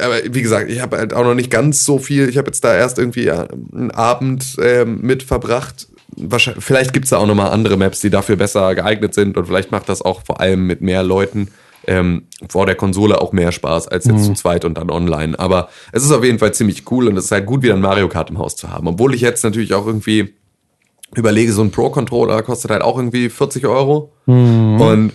S4: aber wie gesagt, ich habe halt auch noch nicht ganz so viel. Ich habe jetzt da erst irgendwie ja, einen Abend ähm, mit verbracht. Wahrscheinlich, vielleicht gibt's da auch nochmal andere Maps, die dafür besser geeignet sind und vielleicht macht das auch vor allem mit mehr Leuten ähm, vor der Konsole auch mehr Spaß als jetzt zu zweit und dann online. Aber es ist auf jeden Fall ziemlich cool und es ist halt gut, wieder ein Mario Kart im Haus zu haben. Obwohl ich jetzt natürlich auch irgendwie überlege, so ein Pro-Controller kostet halt auch irgendwie 40 Euro. Und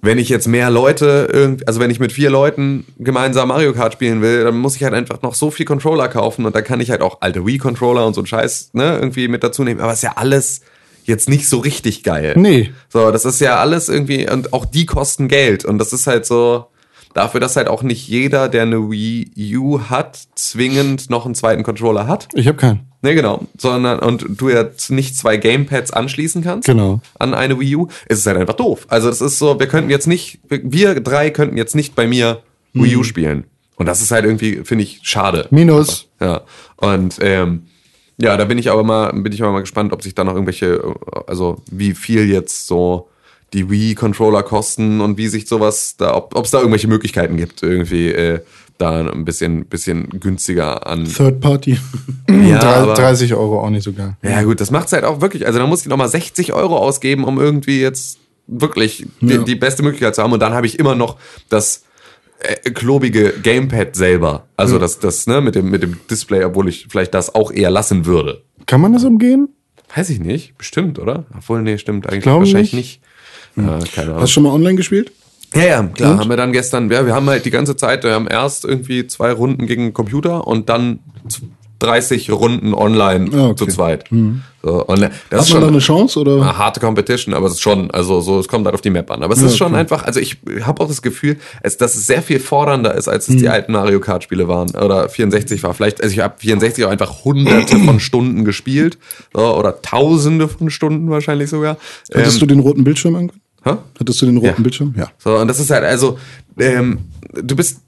S4: wenn ich jetzt mehr Leute, irgend- also wenn ich mit vier Leuten gemeinsam Mario Kart spielen will, dann muss ich halt einfach noch so viel Controller kaufen und dann kann ich halt auch alte Wii-Controller und so einen Scheiß ne, irgendwie mit dazu nehmen. Aber ist ja alles jetzt nicht so richtig geil.
S3: Nee.
S4: So, das ist ja alles irgendwie, und auch die kosten Geld. Und das ist halt so, dafür, dass halt auch nicht jeder, der eine Wii U hat, zwingend noch einen zweiten Controller hat.
S3: Ich habe keinen.
S4: Ne, genau. Sondern, und du jetzt nicht zwei Gamepads anschließen kannst
S3: Genau.
S4: an eine Wii U, ist es halt einfach doof. Also das ist so, wir könnten jetzt nicht, wir drei könnten jetzt nicht bei mir Wii U spielen. Und das ist halt irgendwie, finde ich, schade.
S3: Minus.
S4: Ja. Und ähm, ja, da bin ich aber mal, bin ich aber mal gespannt, ob sich da noch irgendwelche, äh, also wie viel jetzt so die Wii-Controller kosten und wie sich sowas da, ob es da irgendwelche Möglichkeiten gibt, irgendwie äh, da ein bisschen, bisschen günstiger an.
S6: Third Party.
S4: Ja,
S3: Drei-
S4: aber-
S3: 30 Euro auch nicht so geil.
S4: ja, gut, das macht's halt auch wirklich. Also da muss ich nochmal 60 Euro ausgeben, um irgendwie jetzt wirklich die,
S6: Ja.
S4: die beste Möglichkeit zu haben. Und dann habe ich immer noch das äh, klobige Gamepad selber. Also das, das, ne, mit dem, mit dem Display, obwohl ich vielleicht das auch eher lassen würde.
S3: Kann man das umgehen?
S4: Weiß ich nicht, bestimmt, oder? Obwohl, nee, stimmt eigentlich
S3: glaube
S4: wahrscheinlich nicht. Ja, keine Ahnung.
S6: Hast du schon mal online gespielt?
S4: Ja, ja, klar.
S6: Hm. Und?
S4: Haben wir dann gestern, ja, wir haben halt die ganze Zeit, wir haben erst irgendwie zwei Runden gegen den Computer und dann z- 30 Runden online
S6: Ah, okay.
S4: zu zweit. So, und äh, das ist schon Ah,
S6: Hat man da eine Chance oder?
S4: eine harte Competition, aber es ist schon, also so, es kommt halt auf die Map an. Aber es ist schon einfach, also ich habe auch das Gefühl, als, dass es sehr viel fordernder ist, als es die alten Mario Kart Spiele waren oder 64 war. Vielleicht, also ich habe 64 auch einfach hunderte von Stunden gespielt so, oder tausende von Stunden wahrscheinlich sogar.
S6: Hattest du den roten Bildschirm angeguckt?
S4: hä?
S6: Hattest du den roten
S4: ähm, Ja.
S6: Bildschirm? Ja.
S4: So, und das ist halt, also, ähm, du bist,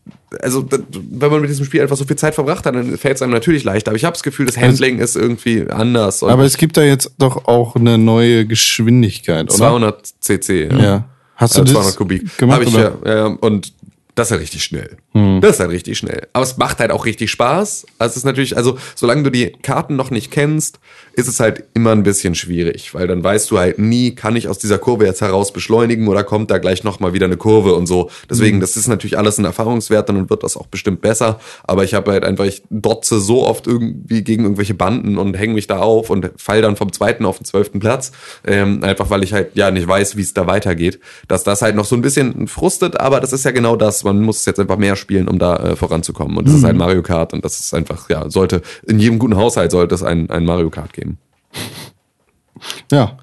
S4: also, d- wenn man mit diesem Spiel einfach so viel Zeit verbracht hat, dann fällt es einem natürlich leichter. Aber ich habe das Gefühl, das Handling ist irgendwie anders. Und
S3: Aber es gibt da jetzt doch auch eine neue Geschwindigkeit, oder?
S4: 200 cc.
S3: Ja. Hast du
S4: Äh,
S3: das
S4: 200 Kubik.
S3: gemacht?
S4: Hab ich,
S3: oder? Hm.
S4: ja, ja, ja. Und das ist halt richtig schnell. Das ist halt richtig schnell. Aber es macht halt auch richtig Spaß. Also es ist natürlich, also solange du die Karten noch nicht kennst, ist es halt immer ein bisschen schwierig, weil dann weißt du halt nie, kann ich aus dieser Kurve jetzt heraus beschleunigen oder kommt da gleich nochmal wieder eine Kurve und so. Deswegen,
S3: Hm.
S4: das ist natürlich alles ein Erfahrungswert und dann wird das auch bestimmt besser. Aber ich habe halt einfach, ich dotze so oft irgendwie gegen irgendwelche Banden und hänge mich da auf und fall dann vom zweiten auf den zwölften Platz. Ähm, einfach weil ich halt ja nicht weiß, wie es da weitergeht. Dass das halt noch so ein bisschen frustet, aber das ist ja genau das. Man muss es jetzt einfach mehr spielen, um da äh, voranzukommen. Und das ist halt Mario Kart und das ist einfach, ja, sollte, in jedem guten Haushalt sollte es ein, ein Mario Kart geben.
S3: ja.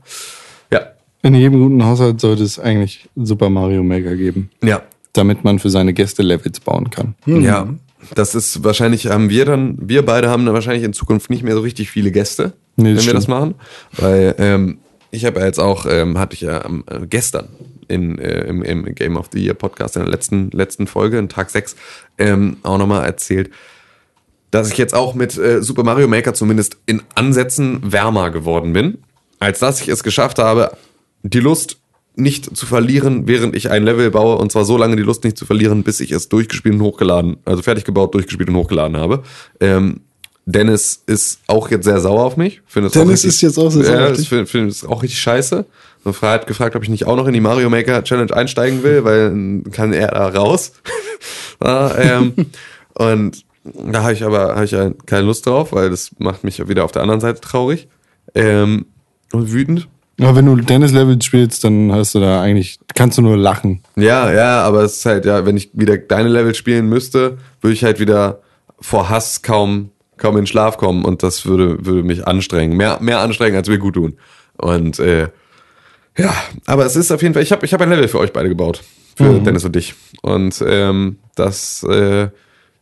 S4: Ja.
S3: In jedem guten Haushalt sollte es eigentlich Super Mario Maker geben,
S4: Ja.
S3: damit man für seine Gäste Levels bauen kann.
S4: Ja. Das ist wahrscheinlich, haben wir dann, wir beide haben dann wahrscheinlich in Zukunft nicht mehr so richtig viele Gäste,
S3: Nee,
S4: wenn
S3: das
S4: wir das
S3: stimmt.
S4: machen. Weil ähm, ich habe ja jetzt auch, ähm, hatte ich ja am, äh, gestern in, äh, im, im Game of the Year Podcast in der letzten, letzten Folge, in Tag 6, ähm, auch nochmal erzählt, dass ich jetzt auch mit äh, Super Mario Maker zumindest in Ansätzen wärmer geworden bin, als dass ich es geschafft habe, die Lust nicht zu verlieren, während ich ein Level baue, und zwar so lange die Lust nicht zu verlieren, bis ich es durchgespielt und hochgeladen, also fertig gebaut, durchgespielt und hochgeladen habe. Ähm, Dennis ist auch jetzt sehr sauer auf mich. Findet es auch
S6: Dennis
S4: richtig-
S6: ist jetzt auch sehr sauer
S4: Ja,
S6: auf
S4: das
S6: dich.
S4: finde find es auch richtig scheiße. Und Frei hat gefragt, ob ich nicht auch noch in die Mario Maker Challenge einsteigen will, weil dann kann er da raus. ja, ähm, und da habe ich aber hab ich ja keine Lust drauf, weil das macht mich wieder auf der anderen Seite traurig ähm, und wütend.
S3: Aber wenn du Dennis Levels spielst, dann hast du da eigentlich, kannst du nur lachen.
S4: Ja, ja, aber es ist halt, ja, wenn ich wieder deine Level spielen müsste, würde ich halt wieder vor Hass kaum, kaum in Schlaf kommen und das würde, würde mich anstrengen. Mehr, mehr anstrengen, als wir gut tun. Und äh, ja, aber es ist auf jeden Fall, ich habe ich hab ein Level für euch beide gebaut. Für
S3: Mhm.
S4: Dennis und dich. Und ähm, das äh,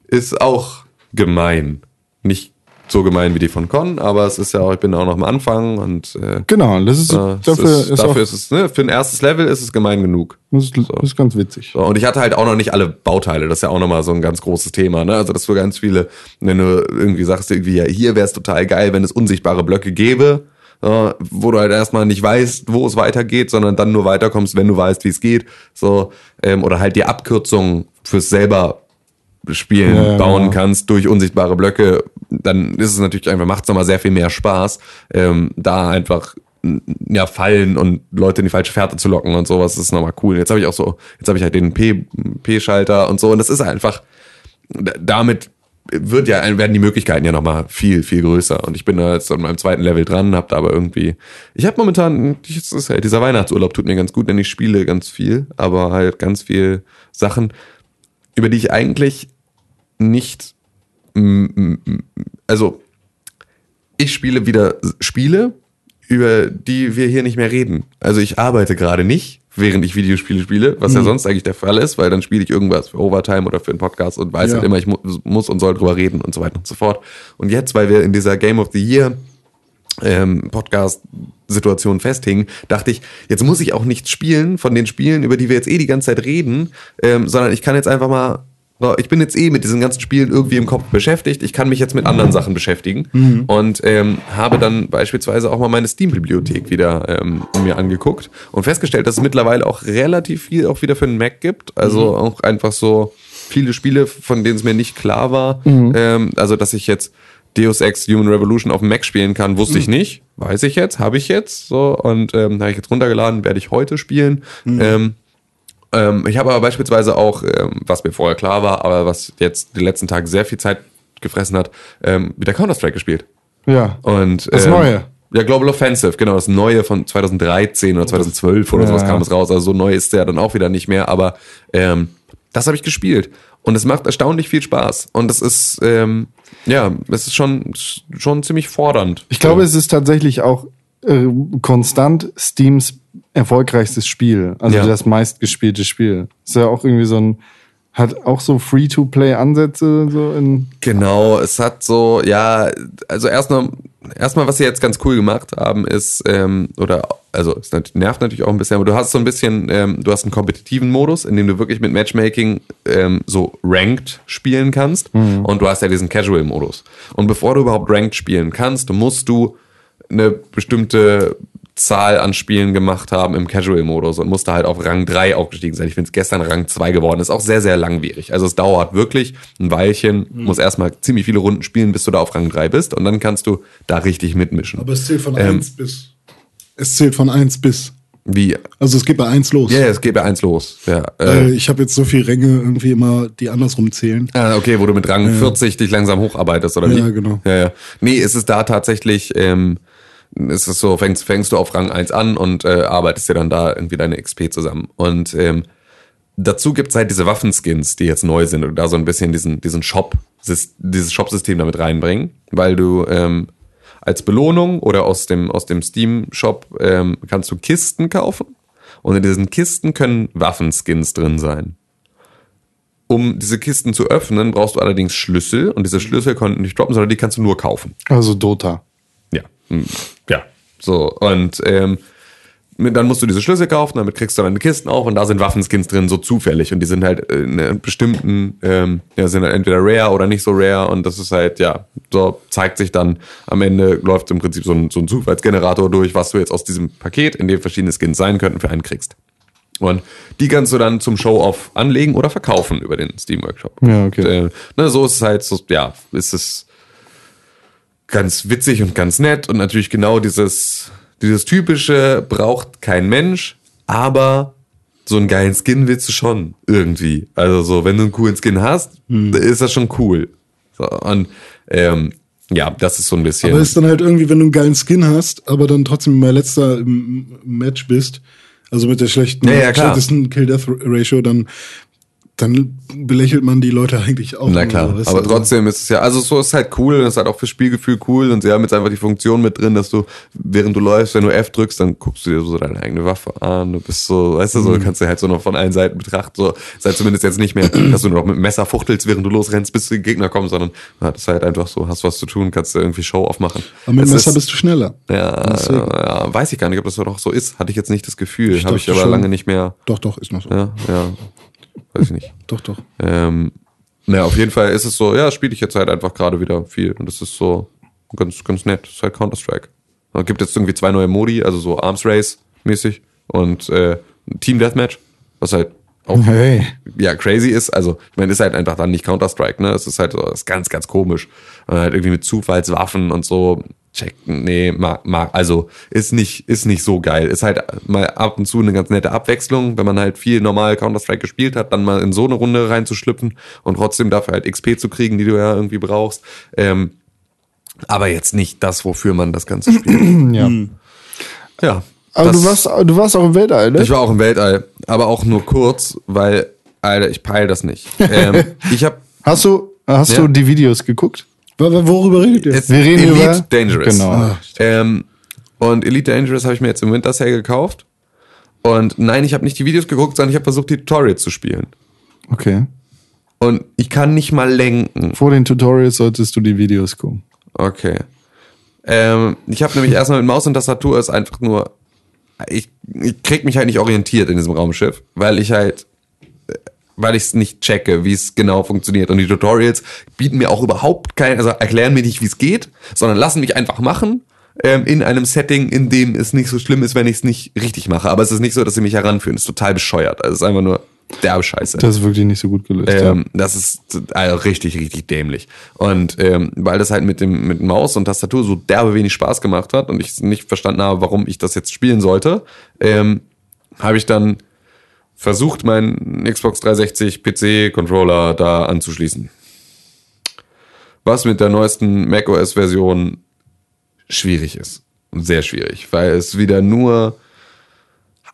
S4: ist auch gemein. Nicht so gemein wie die von Con, aber es ist ja auch, ich bin auch noch am Anfang und äh,
S3: Genau, das ist,
S4: äh, es
S3: dafür,
S4: ist,
S3: ist,
S4: dafür
S3: auch,
S4: ist es, ne, für ein erstes Level ist es gemein genug.
S3: das ist, das ist ganz witzig.
S4: So, Und ich hatte halt auch noch nicht alle Bauteile. Das ist ja auch nochmal so ein ganz großes Thema. Ne? Also, dass du ganz viele, wenn du irgendwie sagst, irgendwie, ja, hier wäre es total geil, wenn es unsichtbare Blöcke gäbe, äh, wo du halt erstmal nicht weißt, wo es weitergeht, sondern dann nur weiterkommst, wenn du weißt, wie es geht. So, ähm, oder halt die Abkürzung fürs selber spielen,
S3: Ja, ja,
S4: bauen
S3: genau.
S4: kannst durch unsichtbare Blöcke, dann ist es natürlich einfach, macht es nochmal sehr viel mehr Spaß, ähm, da einfach n- ja, fallen und Leute in die falsche Fährte zu locken und sowas ist nochmal cool. Jetzt habe ich auch so, jetzt habe ich halt den P- P-Schalter und so und das ist einfach, d- damit wird ja, werden die Möglichkeiten ja nochmal viel, viel größer. Und ich bin da jetzt an meinem zweiten Level dran, hab da aber irgendwie, ich habe momentan, das ist halt, dieser Weihnachtsurlaub tut mir ganz gut, denn ich spiele ganz viel, aber halt ganz viel Sachen, über die ich eigentlich nicht, m- m- m- also ich spiele wieder Spiele, über die wir hier nicht mehr reden. Also ich arbeite gerade nicht, während ich Videospiele spiele, was ja sonst eigentlich der Fall ist, weil dann spiele ich irgendwas für Overtime oder für einen Podcast und weiß
S6: Ja.
S4: halt immer, ich mu muss und soll drüber reden und so weiter und so fort. Und jetzt, weil wir in dieser Game of the Year ähm, Podcast-Situation festhing, dachte ich, jetzt muss ich auch nichts spielen von den Spielen, über die wir jetzt eh die ganze Zeit reden, ähm, sondern ich kann jetzt einfach mal, ich bin jetzt eh mit diesen ganzen Spielen irgendwie im Kopf beschäftigt, ich kann mich jetzt mit anderen Sachen beschäftigen und ähm, habe dann beispielsweise auch mal meine Steam-Bibliothek wieder ähm, mir angeguckt und festgestellt, dass es mittlerweile auch relativ viel auch wieder für den Mac gibt, also auch einfach so viele Spiele, von denen es mir nicht klar war, ähm, also dass ich jetzt Deus Ex Human Revolution auf dem Mac spielen kann, wusste ich nicht. Weiß ich jetzt, habe ich jetzt. So, und ähm, habe ich jetzt runtergeladen, werde ich heute spielen. Ähm, ähm, ich habe aber beispielsweise auch, ähm, was mir vorher klar war, aber was jetzt den letzten Tag sehr viel Zeit gefressen hat, ähm, wieder Counter-Strike gespielt.
S3: Ja.
S4: Und,
S3: Das
S4: ähm,
S3: Neue.
S4: Ja, Global Offensive, genau, das Neue von 2013 oder 2012 oder
S3: Ja,
S4: sowas
S3: ja.
S4: kam es raus. Also so neu ist der ja dann auch wieder nicht mehr, aber ähm, das habe ich gespielt. Und es macht erstaunlich viel Spaß. Und es ist, ähm, ja, es ist schon, schon ziemlich fordernd.
S3: Ich glaube, es ist tatsächlich auch äh, konstant Steams erfolgreichstes Spiel, also
S4: Ja.
S3: das meistgespielte Spiel. Ist ja auch irgendwie so ein, hat auch so Free-to-Play-Ansätze so in.
S4: Genau, es hat so, ja, also erstmal, erstmal, was sie jetzt ganz cool gemacht haben, ist, ähm, oder, also es nat- nervt natürlich auch ein bisschen, aber du hast so ein bisschen, ähm, du hast einen kompetitiven Modus, in dem du wirklich mit Matchmaking ähm, so ranked spielen kannst und du hast ja diesen Casual-Modus. Und bevor du überhaupt ranked spielen kannst, musst du eine bestimmte Zahl an Spielen gemacht haben im Casual-Modus und musste halt auf Rang 3 aufgestiegen sein. Ich bin jetzt gestern Rang 2 geworden. Ist auch sehr, sehr langwierig. Also es dauert wirklich ein Weilchen,
S6: Hm.
S4: muss erstmal ziemlich viele Runden spielen, bis du da auf Rang 3 bist und dann kannst du da richtig mitmischen.
S6: Aber es zählt von
S4: Ähm.
S6: 1 bis. Es zählt von 1 bis.
S4: Wie?
S6: Also es geht bei 1 los.
S4: Ja, ja, es geht bei 1 los. Ja,
S6: Äh,
S4: äh,
S6: ich habe jetzt so viele Ränge irgendwie immer, die andersrum zählen.
S4: Ah, okay, wo du mit Rang 40 dich langsam hocharbeitest, oder wie?
S6: Ja, genau.
S4: Ja, ja. Nee, es ist da tatsächlich, ähm, es ist so, fängst, fängst du auf Rang 1 an und äh, arbeitest dir dann da irgendwie deine XP zusammen. Und ähm, dazu gibt's halt diese Waffenskins, die jetzt neu sind und da so ein bisschen diesen, diesen Shop, dieses Shop-System damit reinbringen, weil du ähm, als Belohnung oder aus dem, aus dem Steam-Shop ähm, kannst du Kisten kaufen. Und in diesen Kisten können Waffenskins drin sein. Um diese Kisten zu öffnen, brauchst du allerdings Schlüssel und diese Schlüssel konnten nicht droppen, sondern die kannst du nur kaufen.
S3: Also Dota.
S4: Ja. Hm. Ja. So, und ähm, mit- dann musst du diese Schlüssel kaufen, damit kriegst du deine Kisten auf und da sind Waffenskins drin, so zufällig. Und die sind halt äh, in einer bestimmten, ähm, ja, sind halt entweder rare oder nicht so rare und das ist halt, ja, so zeigt sich dann am Ende, läuft im Prinzip so ein, so ein Zufallsgenerator durch, was du jetzt aus diesem Paket, in dem verschiedene Skins sein könnten, für einen kriegst. Und die kannst du dann zum Show-Off anlegen oder verkaufen über den Steam-Workshop.
S3: Ja, okay.
S4: Und, äh, ne, so ist es halt, so, ja, ist es ganz witzig und ganz nett und natürlich genau dieses, dieses typische braucht kein Mensch, aber so einen geilen Skin willst du schon irgendwie. Also so, wenn du einen coolen Skin hast, ist das schon cool. So, und ähm, ja, das ist so ein bisschen.
S6: Aber ist dann halt irgendwie, wenn du einen geilen Skin hast, aber dann trotzdem mal letzter im im Match bist, also mit der schlechten,
S4: Ja, ja, klar.
S6: schlechtesten Kill-Death-Ratio, dann dann belächelt man die Leute eigentlich auch.
S4: Na
S6: immer,
S4: klar,
S6: weißt du,
S4: aber
S6: also-
S4: trotzdem ist es ja, also so ist halt cool, das ist halt auch fürs Spielgefühl cool und sie haben jetzt einfach die Funktion mit drin, dass du, während du läufst, wenn du F drückst, dann guckst du dir so deine eigene Waffe an, du bist so, weißt du, so
S6: Mhm.
S4: kannst du halt so noch von allen Seiten betrachten, so, sei zumindest jetzt nicht mehr, dass du nur noch mit dem Messer fuchtelst, während du losrennst, bis du den Gegner kommst, sondern ja, das ist halt einfach so, hast was zu tun, kannst du irgendwie Show aufmachen.
S6: Aber mit
S4: Es
S6: dem Messer
S4: ist-
S6: bist du schneller.
S4: ja,
S6: Deswegen.
S4: ja, weiß ich gar nicht, ob das doch so ist, hatte ich jetzt nicht das Gefühl,
S6: Ich
S4: habe ich
S6: dachte
S4: aber
S6: schon.
S4: lange nicht mehr,
S6: Doch, doch, ist noch so.
S4: ja, ja, weiß ich nicht.
S6: Doch, doch.
S4: Ähm, naja, auf jeden Fall ist es so, ja, spiele ich jetzt halt einfach gerade wieder viel. Und das ist so ganz, ganz nett. Das ist halt Counter-Strike. Es gibt jetzt irgendwie zwei neue Modi, also so Arms Race mäßig und äh, Team Deathmatch, was halt auch
S3: Hey.
S4: ja, crazy ist. Also, ich meine, ist halt einfach dann nicht Counter-Strike, ne? Es ist halt so, das ist ganz, ganz komisch. Und halt irgendwie mit Zufallswaffen und so. Check, nee, mag, mag, also ist nicht, ist nicht so geil. Ist halt mal ab und zu eine ganz nette Abwechslung, wenn man halt viel normal Counter-Strike gespielt hat, dann mal in so eine Runde reinzuschlüpfen und trotzdem dafür halt XP zu kriegen, die du ja irgendwie brauchst. Ähm, aber jetzt nicht das, wofür man das Ganze spielt.
S3: Ja.
S4: ja.
S3: Mhm. Aber
S4: das-
S3: du warst, du warst auch im Weltall, ne?
S4: ich war auch im Weltall, aber auch nur kurz, weil, Alter, ich peil das nicht. Ähm, ich habe
S3: Hast du, hast
S4: Ja.
S3: du die Videos geguckt?
S6: W- w- Worüber redet ihr?
S4: jetzt
S3: Wir reden
S4: Elite
S3: über-
S4: Dangerous.
S3: Genau. Ah,
S4: ähm, und Elite Dangerous habe ich mir jetzt im Winter Sale gekauft. Und nein, ich habe nicht die Videos geguckt, sondern ich habe versucht, die Tutorials zu spielen.
S3: Okay.
S4: Und ich kann nicht mal lenken.
S3: Vor den Tutorials solltest du die Videos gucken.
S4: Okay. Ähm, ich habe nämlich erstmal mit Maus und Tastatur ist einfach nur. Ich, ich krieg mich halt nicht orientiert in diesem Raumschiff, weil ich halt weil ich es nicht checke, wie es genau funktioniert. Und die Tutorials bieten mir auch überhaupt kein, also erklären mir nicht, wie es geht, sondern lassen mich einfach machen ähm, in einem Setting, in dem es nicht so schlimm ist, wenn ich es nicht richtig mache. Aber es ist nicht so, dass sie mich heranführen. Es ist total bescheuert. Also es ist einfach nur derbe Scheiße.
S3: Das ist wirklich nicht so gut gelöst.
S4: Ähm, das ist also richtig, richtig dämlich. Und ähm, weil das halt mit dem mit Maus und Tastatur so derbe wenig Spaß gemacht hat und ich nicht verstanden habe, warum ich das jetzt spielen sollte, ähm, habe ich dann versucht, meinen Xbox 360 PC-Controller da anzuschließen. Was mit der neuesten macOS-Version schwierig ist. Sehr schwierig, weil es wieder nur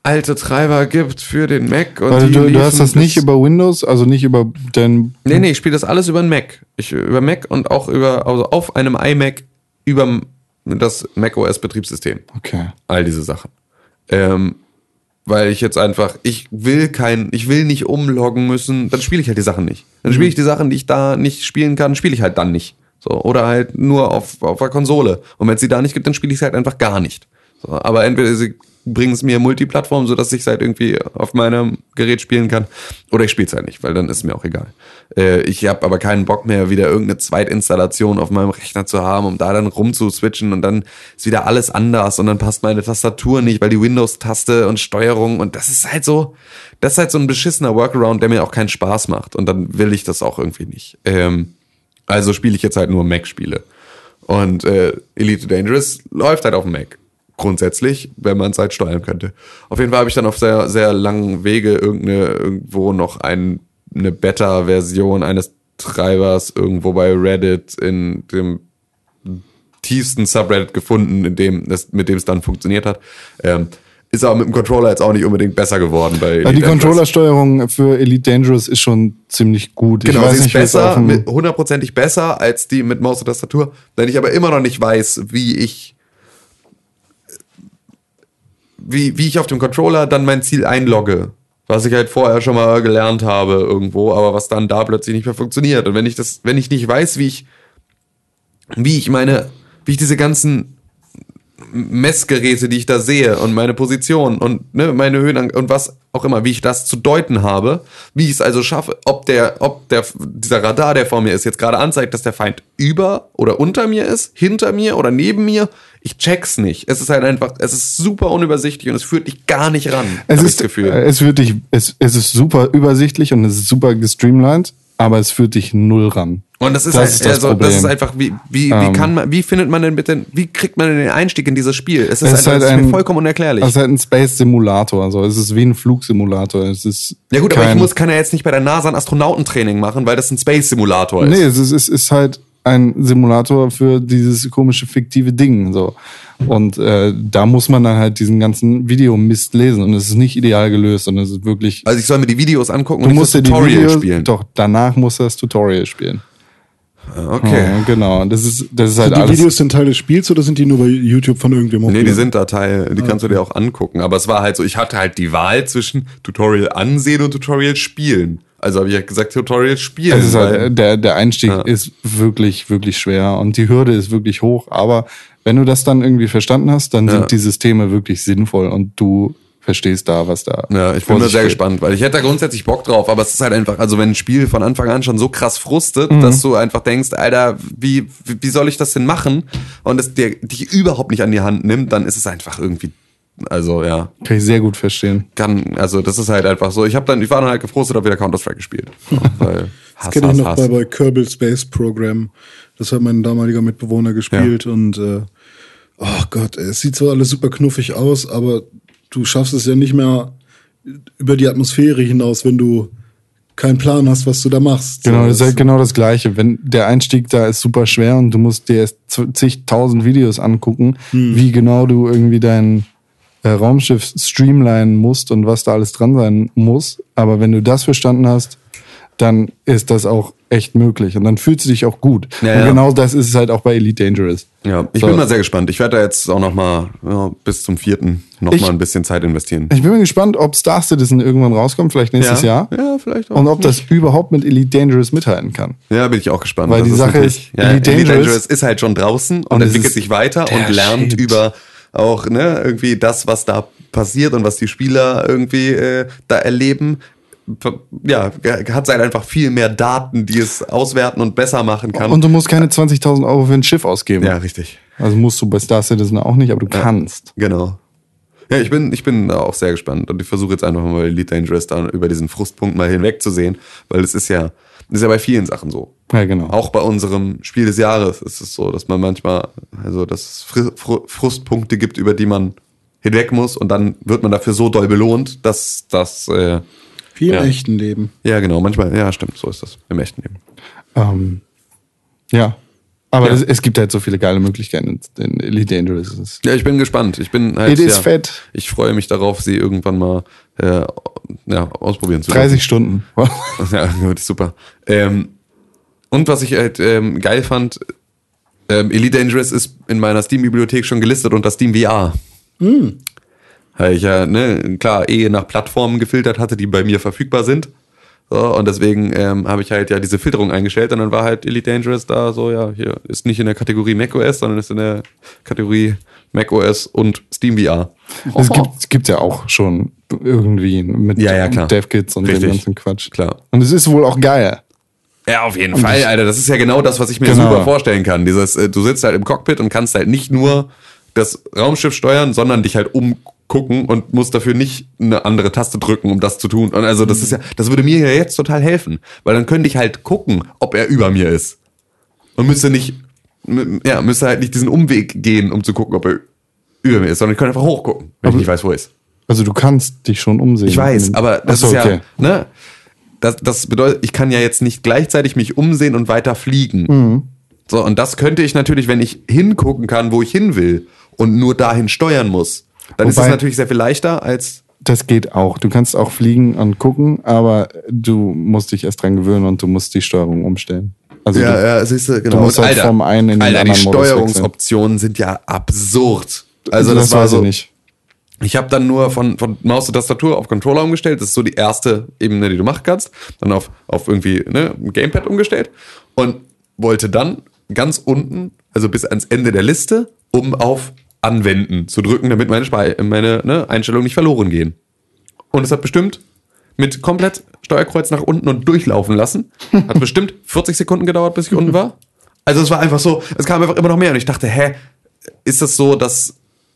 S4: alte Treiber gibt für den Mac.
S3: ja.
S4: Und
S3: Weil
S4: die
S3: du, du
S4: liefen
S3: hast das nicht
S4: bis-
S3: über Windows, also nicht über dein.
S4: Nee, nee, ich spiele das alles über den Mac. Ich über Mac und auch über, also auf einem iMac über das macOS-Betriebssystem.
S3: Okay.
S4: All diese Sachen. Ähm, weil ich jetzt einfach, ich will kein, ich will nicht umloggen müssen, dann spiele ich halt die Sachen nicht. Dann spiele ich die Sachen, die ich da nicht spielen kann, spiele ich halt dann nicht. So, oder halt nur auf, auf der Konsole. Und wenn es die da nicht gibt, dann spiele ich es halt einfach gar nicht. So, aber entweder sie bringen es mir Multiplattform, sodass ich es halt irgendwie auf meinem Gerät spielen kann, oder ich spiele es halt nicht, weil dann ist mir auch egal. Äh, ich habe aber keinen Bock mehr, wieder irgendeine Zweitinstallation auf meinem Rechner zu haben, um da dann rumzuswitchen und dann ist wieder alles anders und dann passt meine Tastatur nicht, weil die Windows-Taste und Steuerung und das ist halt so, das ist halt so ein beschissener Workaround, der mir auch keinen Spaß macht und dann will ich das auch irgendwie nicht. Ähm, also spiele ich jetzt halt nur Mac-Spiele. Und äh, Elite Dangerous läuft halt auf dem Mac. Grundsätzlich, wenn man es halt steuern könnte. Auf jeden Fall habe ich dann auf sehr, sehr langen Wege irgendeine, irgendwo noch ein, eine Beta-Version eines Treibers irgendwo bei Reddit in dem tiefsten Subreddit gefunden, in dem das, mit dem es dann funktioniert hat. Ähm, ist aber mit dem Controller jetzt auch nicht unbedingt besser geworden.
S3: Ja,
S4: Bei
S3: Also die
S4: Elite Dangerous.
S3: Controllersteuerung für Elite Dangerous ist schon ziemlich gut.
S4: Genau, sie ist
S3: wie es auf
S4: besser,
S3: dem-
S4: mit- hundertprozentig besser als die mit Maus und Tastatur, wenn ich aber immer noch nicht weiß, wie ich wie, wie ich auf dem Controller dann mein Ziel einlogge. Was ich halt vorher schon mal gelernt habe irgendwo, aber was dann da plötzlich nicht mehr funktioniert. Und wenn ich das, wenn ich nicht weiß, wie ich, wie ich meine, wie ich diese ganzen Messgeräte, die ich da sehe und meine Position und ne, meine Höhen und was auch immer, wie ich das zu deuten habe, wie ich es also schaffe, ob der, ob der, dieser Radar, der vor mir ist, jetzt gerade anzeigt, dass der Feind über oder unter mir ist, hinter mir oder neben mir, ich check's nicht. Es ist halt einfach, es ist super unübersichtlich und es führt dich gar nicht ran.
S3: Es
S4: hab ich
S3: ist,
S4: das Gefühl.
S3: äh, es, wird dich, es, es ist super übersichtlich und es ist super gestreamlined, aber es führt dich null ran.
S4: Und das ist,
S3: Das
S4: halt,
S3: ist das
S4: also,
S3: Problem.
S4: das ist einfach, wie, wie,
S3: Ähm.
S4: wie kann man, wie findet man denn bitte, wie kriegt man denn den Einstieg in dieses Spiel? Es ist,
S3: Es ist
S4: einfach,
S3: halt
S4: es ist
S3: ein-
S4: mir vollkommen unerklärlich.
S3: Es ist halt ein Space-Simulator, also es ist wie ein Flugsimulator. Es ist
S4: ja gut, aber ich
S3: kein-
S4: muss, kann ja jetzt nicht bei der NASA ein Astronautentraining machen, weil das ein Space-Simulator ist.
S3: Nee, es ist, es ist halt ein Simulator für dieses komische fiktive Ding. So. Und äh, da muss man dann halt diesen ganzen Videomist lesen und es ist nicht ideal gelöst und es ist wirklich.
S4: Also ich soll mir die Videos angucken
S3: du
S4: und
S3: musst dir
S4: nicht
S3: die
S4: das Tutorial
S3: Videos,
S4: spielen.
S3: Doch, danach musst du das Tutorial spielen.
S4: Ah, Okay.
S3: Ja, genau. Und das ist, das ist halt
S6: Sind die
S3: alles.
S6: Videos denn Teil des Spiels oder sind die nur bei YouTube von irgendjemandem?
S4: Nee, die sind da Teil, die kannst du
S3: Ah.
S4: dir auch angucken. Aber es war halt so, ich hatte halt die Wahl zwischen Tutorial ansehen und Tutorial spielen. Also habe ich ja gesagt, Tutorial spielen.
S3: Es ist
S4: weil-
S3: halt, der, der Einstieg ist wirklich, wirklich schwer und die Hürde ist wirklich hoch. Aber wenn du das dann irgendwie verstanden hast, dann sind die Systeme wirklich sinnvoll und du verstehst da, was da.
S4: Ja, ich
S3: vor
S4: bin da
S3: sich
S4: sehr
S3: steht.
S4: gespannt, weil ich hätte da grundsätzlich Bock drauf, aber es ist halt einfach, also wenn ein Spiel von Anfang an schon so krass frustet,
S3: Mhm.
S4: dass du einfach denkst, Alter, wie, wie wie soll ich das denn machen? Und es dir dich überhaupt nicht an die Hand nimmt, dann ist es einfach irgendwie, also ja,
S3: Kann ich sehr gut verstehen.
S4: kann, also das ist halt einfach so. Ich habe dann, ich war dann halt gefrustet, habe wieder Counter-Strike gespielt. weil
S6: Das
S4: Hass,
S6: kenne ich
S4: Hass,
S6: noch bei,
S4: Hass.
S6: bei Kerbal Space Program. Das hat mein damaliger Mitbewohner gespielt und äh, oh Gott, ey, es sieht zwar alles super knuffig aus, aber du schaffst es ja nicht mehr über die Atmosphäre hinaus, wenn du keinen Plan hast, was du da machst.
S3: Genau, das
S6: das
S3: ist halt genau das Gleiche. Wenn der Einstieg da ist super schwer und du musst dir erst zu- zigtausend Videos angucken,
S4: Hm.
S3: wie genau du irgendwie dein äh, Raumschiff streamlinen musst und was da alles dran sein muss. Aber wenn du das verstanden hast, dann ist das auch echt möglich und dann fühlst du dich auch gut.
S4: Ja,
S3: und
S4: ja.
S3: genau das ist es halt auch bei Elite Dangerous.
S4: Ja, ich
S3: So.
S4: bin mal sehr gespannt. Ich werde da jetzt auch noch mal ja, bis zum vierten noch
S3: Ich-
S4: mal ein bisschen Zeit investieren.
S3: Ich bin mal gespannt, ob Star Citizen irgendwann rauskommt, vielleicht nächstes
S4: Ja.
S3: Jahr.
S4: Ja, vielleicht auch.
S3: Und ob das überhaupt mit Elite Dangerous mithalten kann.
S4: Ja, bin ich auch gespannt.
S3: Weil
S4: Das
S3: die Sache
S4: natürlich-
S3: ist,
S4: ja, Elite
S3: Elite
S4: Dangerous,
S3: Dangerous
S4: ist halt schon draußen und,
S3: Und es
S4: entwickelt
S3: ist
S4: sich weiter und
S3: der
S4: lernt
S3: Shit.
S4: über auch ne, irgendwie das, was da passiert und was die Spieler irgendwie äh, da erleben. Ja, hat halt einfach viel mehr Daten, die es auswerten und besser machen kann.
S3: Und du musst keine 20.000 Euro für ein Schiff ausgeben.
S4: ja, richtig.
S3: Also musst du bei Star Citizen auch nicht, aber du kannst.
S4: Genau. Ja, ich bin, ich bin da auch sehr gespannt und ich versuche jetzt einfach mal Elite Dangerous da über diesen Frustpunkt mal hinwegzusehen, weil es ist ja, das ist ja bei vielen Sachen so.
S3: Ja, genau.
S4: Auch bei unserem Spiel des Jahres ist es so, dass man manchmal, also dass es Fri- Fru- Frustpunkte gibt, über die man hinweg muss und dann wird man dafür so doll belohnt, dass das, äh,
S6: Wie im
S4: Ja.
S6: echten Leben.
S4: ja genau, manchmal, ja stimmt, so ist das im echten Leben.
S3: Ähm, ja. Aber
S4: Ja.
S3: Das, es gibt halt so viele geile Möglichkeiten in, in Elite Dangerous. Es ist-
S4: Ja, ich bin gespannt. Ich bin halt,
S3: It is
S4: ja,
S3: fett.
S4: Ich freue mich darauf, sie irgendwann mal äh, ja, ausprobieren zu
S3: 30 Stunden.
S4: Ja, gut, super. Ähm, und was ich halt ähm, geil fand, ähm, Elite Dangerous ist in meiner Steam-Bibliothek schon gelistet unter Steam VR. Weil ich ja, ne, klar, eh nach Plattformen gefiltert hatte, die bei mir verfügbar sind. So, und deswegen ähm, habe ich halt ja diese Filterung eingestellt und dann war halt Elite Dangerous da, so ja, hier ist nicht in der Kategorie macOS, sondern ist in der Kategorie macOS und Steam VR.
S3: Es gibt, es gibt ja auch schon irgendwie mit
S4: Ja, ja, klar.
S3: DevKits und dem
S4: Richtig.
S3: ganzen Quatsch.
S4: Klar.
S3: Und es ist wohl auch geil.
S4: Ja, auf jeden Fall, Alter. Das ist ja genau das, was ich mir
S3: Genau.
S4: super vorstellen kann. Dieses, äh, du sitzt halt im Cockpit und kannst halt nicht nur das Raumschiff steuern, sondern dich halt umgucken und musst dafür nicht eine andere Taste drücken, um das zu tun. Und also das ist ja, das würde mir ja jetzt total helfen, weil dann könnte ich halt gucken, ob er über mir ist und müsste nicht, m- ja, müsste halt nicht diesen Umweg gehen, um zu gucken, ob er über mir ist, sondern ich könnte einfach hochgucken, wenn ich nicht weiß, wo er ist.
S3: Also du kannst dich schon umsehen.
S4: Ich weiß, aber das
S3: Ach so,
S4: ist ja,
S3: okay.
S4: ne? Das, das bedeutet, ich kann ja jetzt nicht gleichzeitig mich umsehen und weiter fliegen.
S3: Mhm.
S4: So, und das könnte ich natürlich, wenn ich hingucken kann, wo ich hin will und nur dahin steuern muss, dann ist es
S3: Wobei-
S4: natürlich sehr viel leichter als.
S3: Das geht auch. Du kannst auch fliegen und gucken, aber du musst dich erst dran gewöhnen und du musst die Steuerung umstellen. Also du,
S4: siehst du,
S3: Du musst
S4: Und
S3: halt vom einen in den
S4: Alter, die
S3: anderen Modus wechseln.
S4: Steuerungsoptionen sind ja absurd. Also, das,
S3: das
S4: war
S3: weiß
S4: so.
S3: ich nicht.
S4: Ich habe dann nur von, von Maus und Tastatur auf Controller umgestellt. Das ist so die erste Ebene, die du machen kannst. Dann auf, auf irgendwie ne, ein Gamepad umgestellt und wollte dann ganz unten, also bis ans Ende der Liste, um auf Anwenden zu drücken, damit meine, Spei meine ne, Einstellungen nicht verloren gehen. Und es hat bestimmt mit komplett Steuerkreuz nach unten und durchlaufen lassen. Hat bestimmt 40 Sekunden gedauert, bis ich unten war. Also es war einfach so, es kam einfach immer noch mehr. Und ich dachte, hä, ist das so, dass.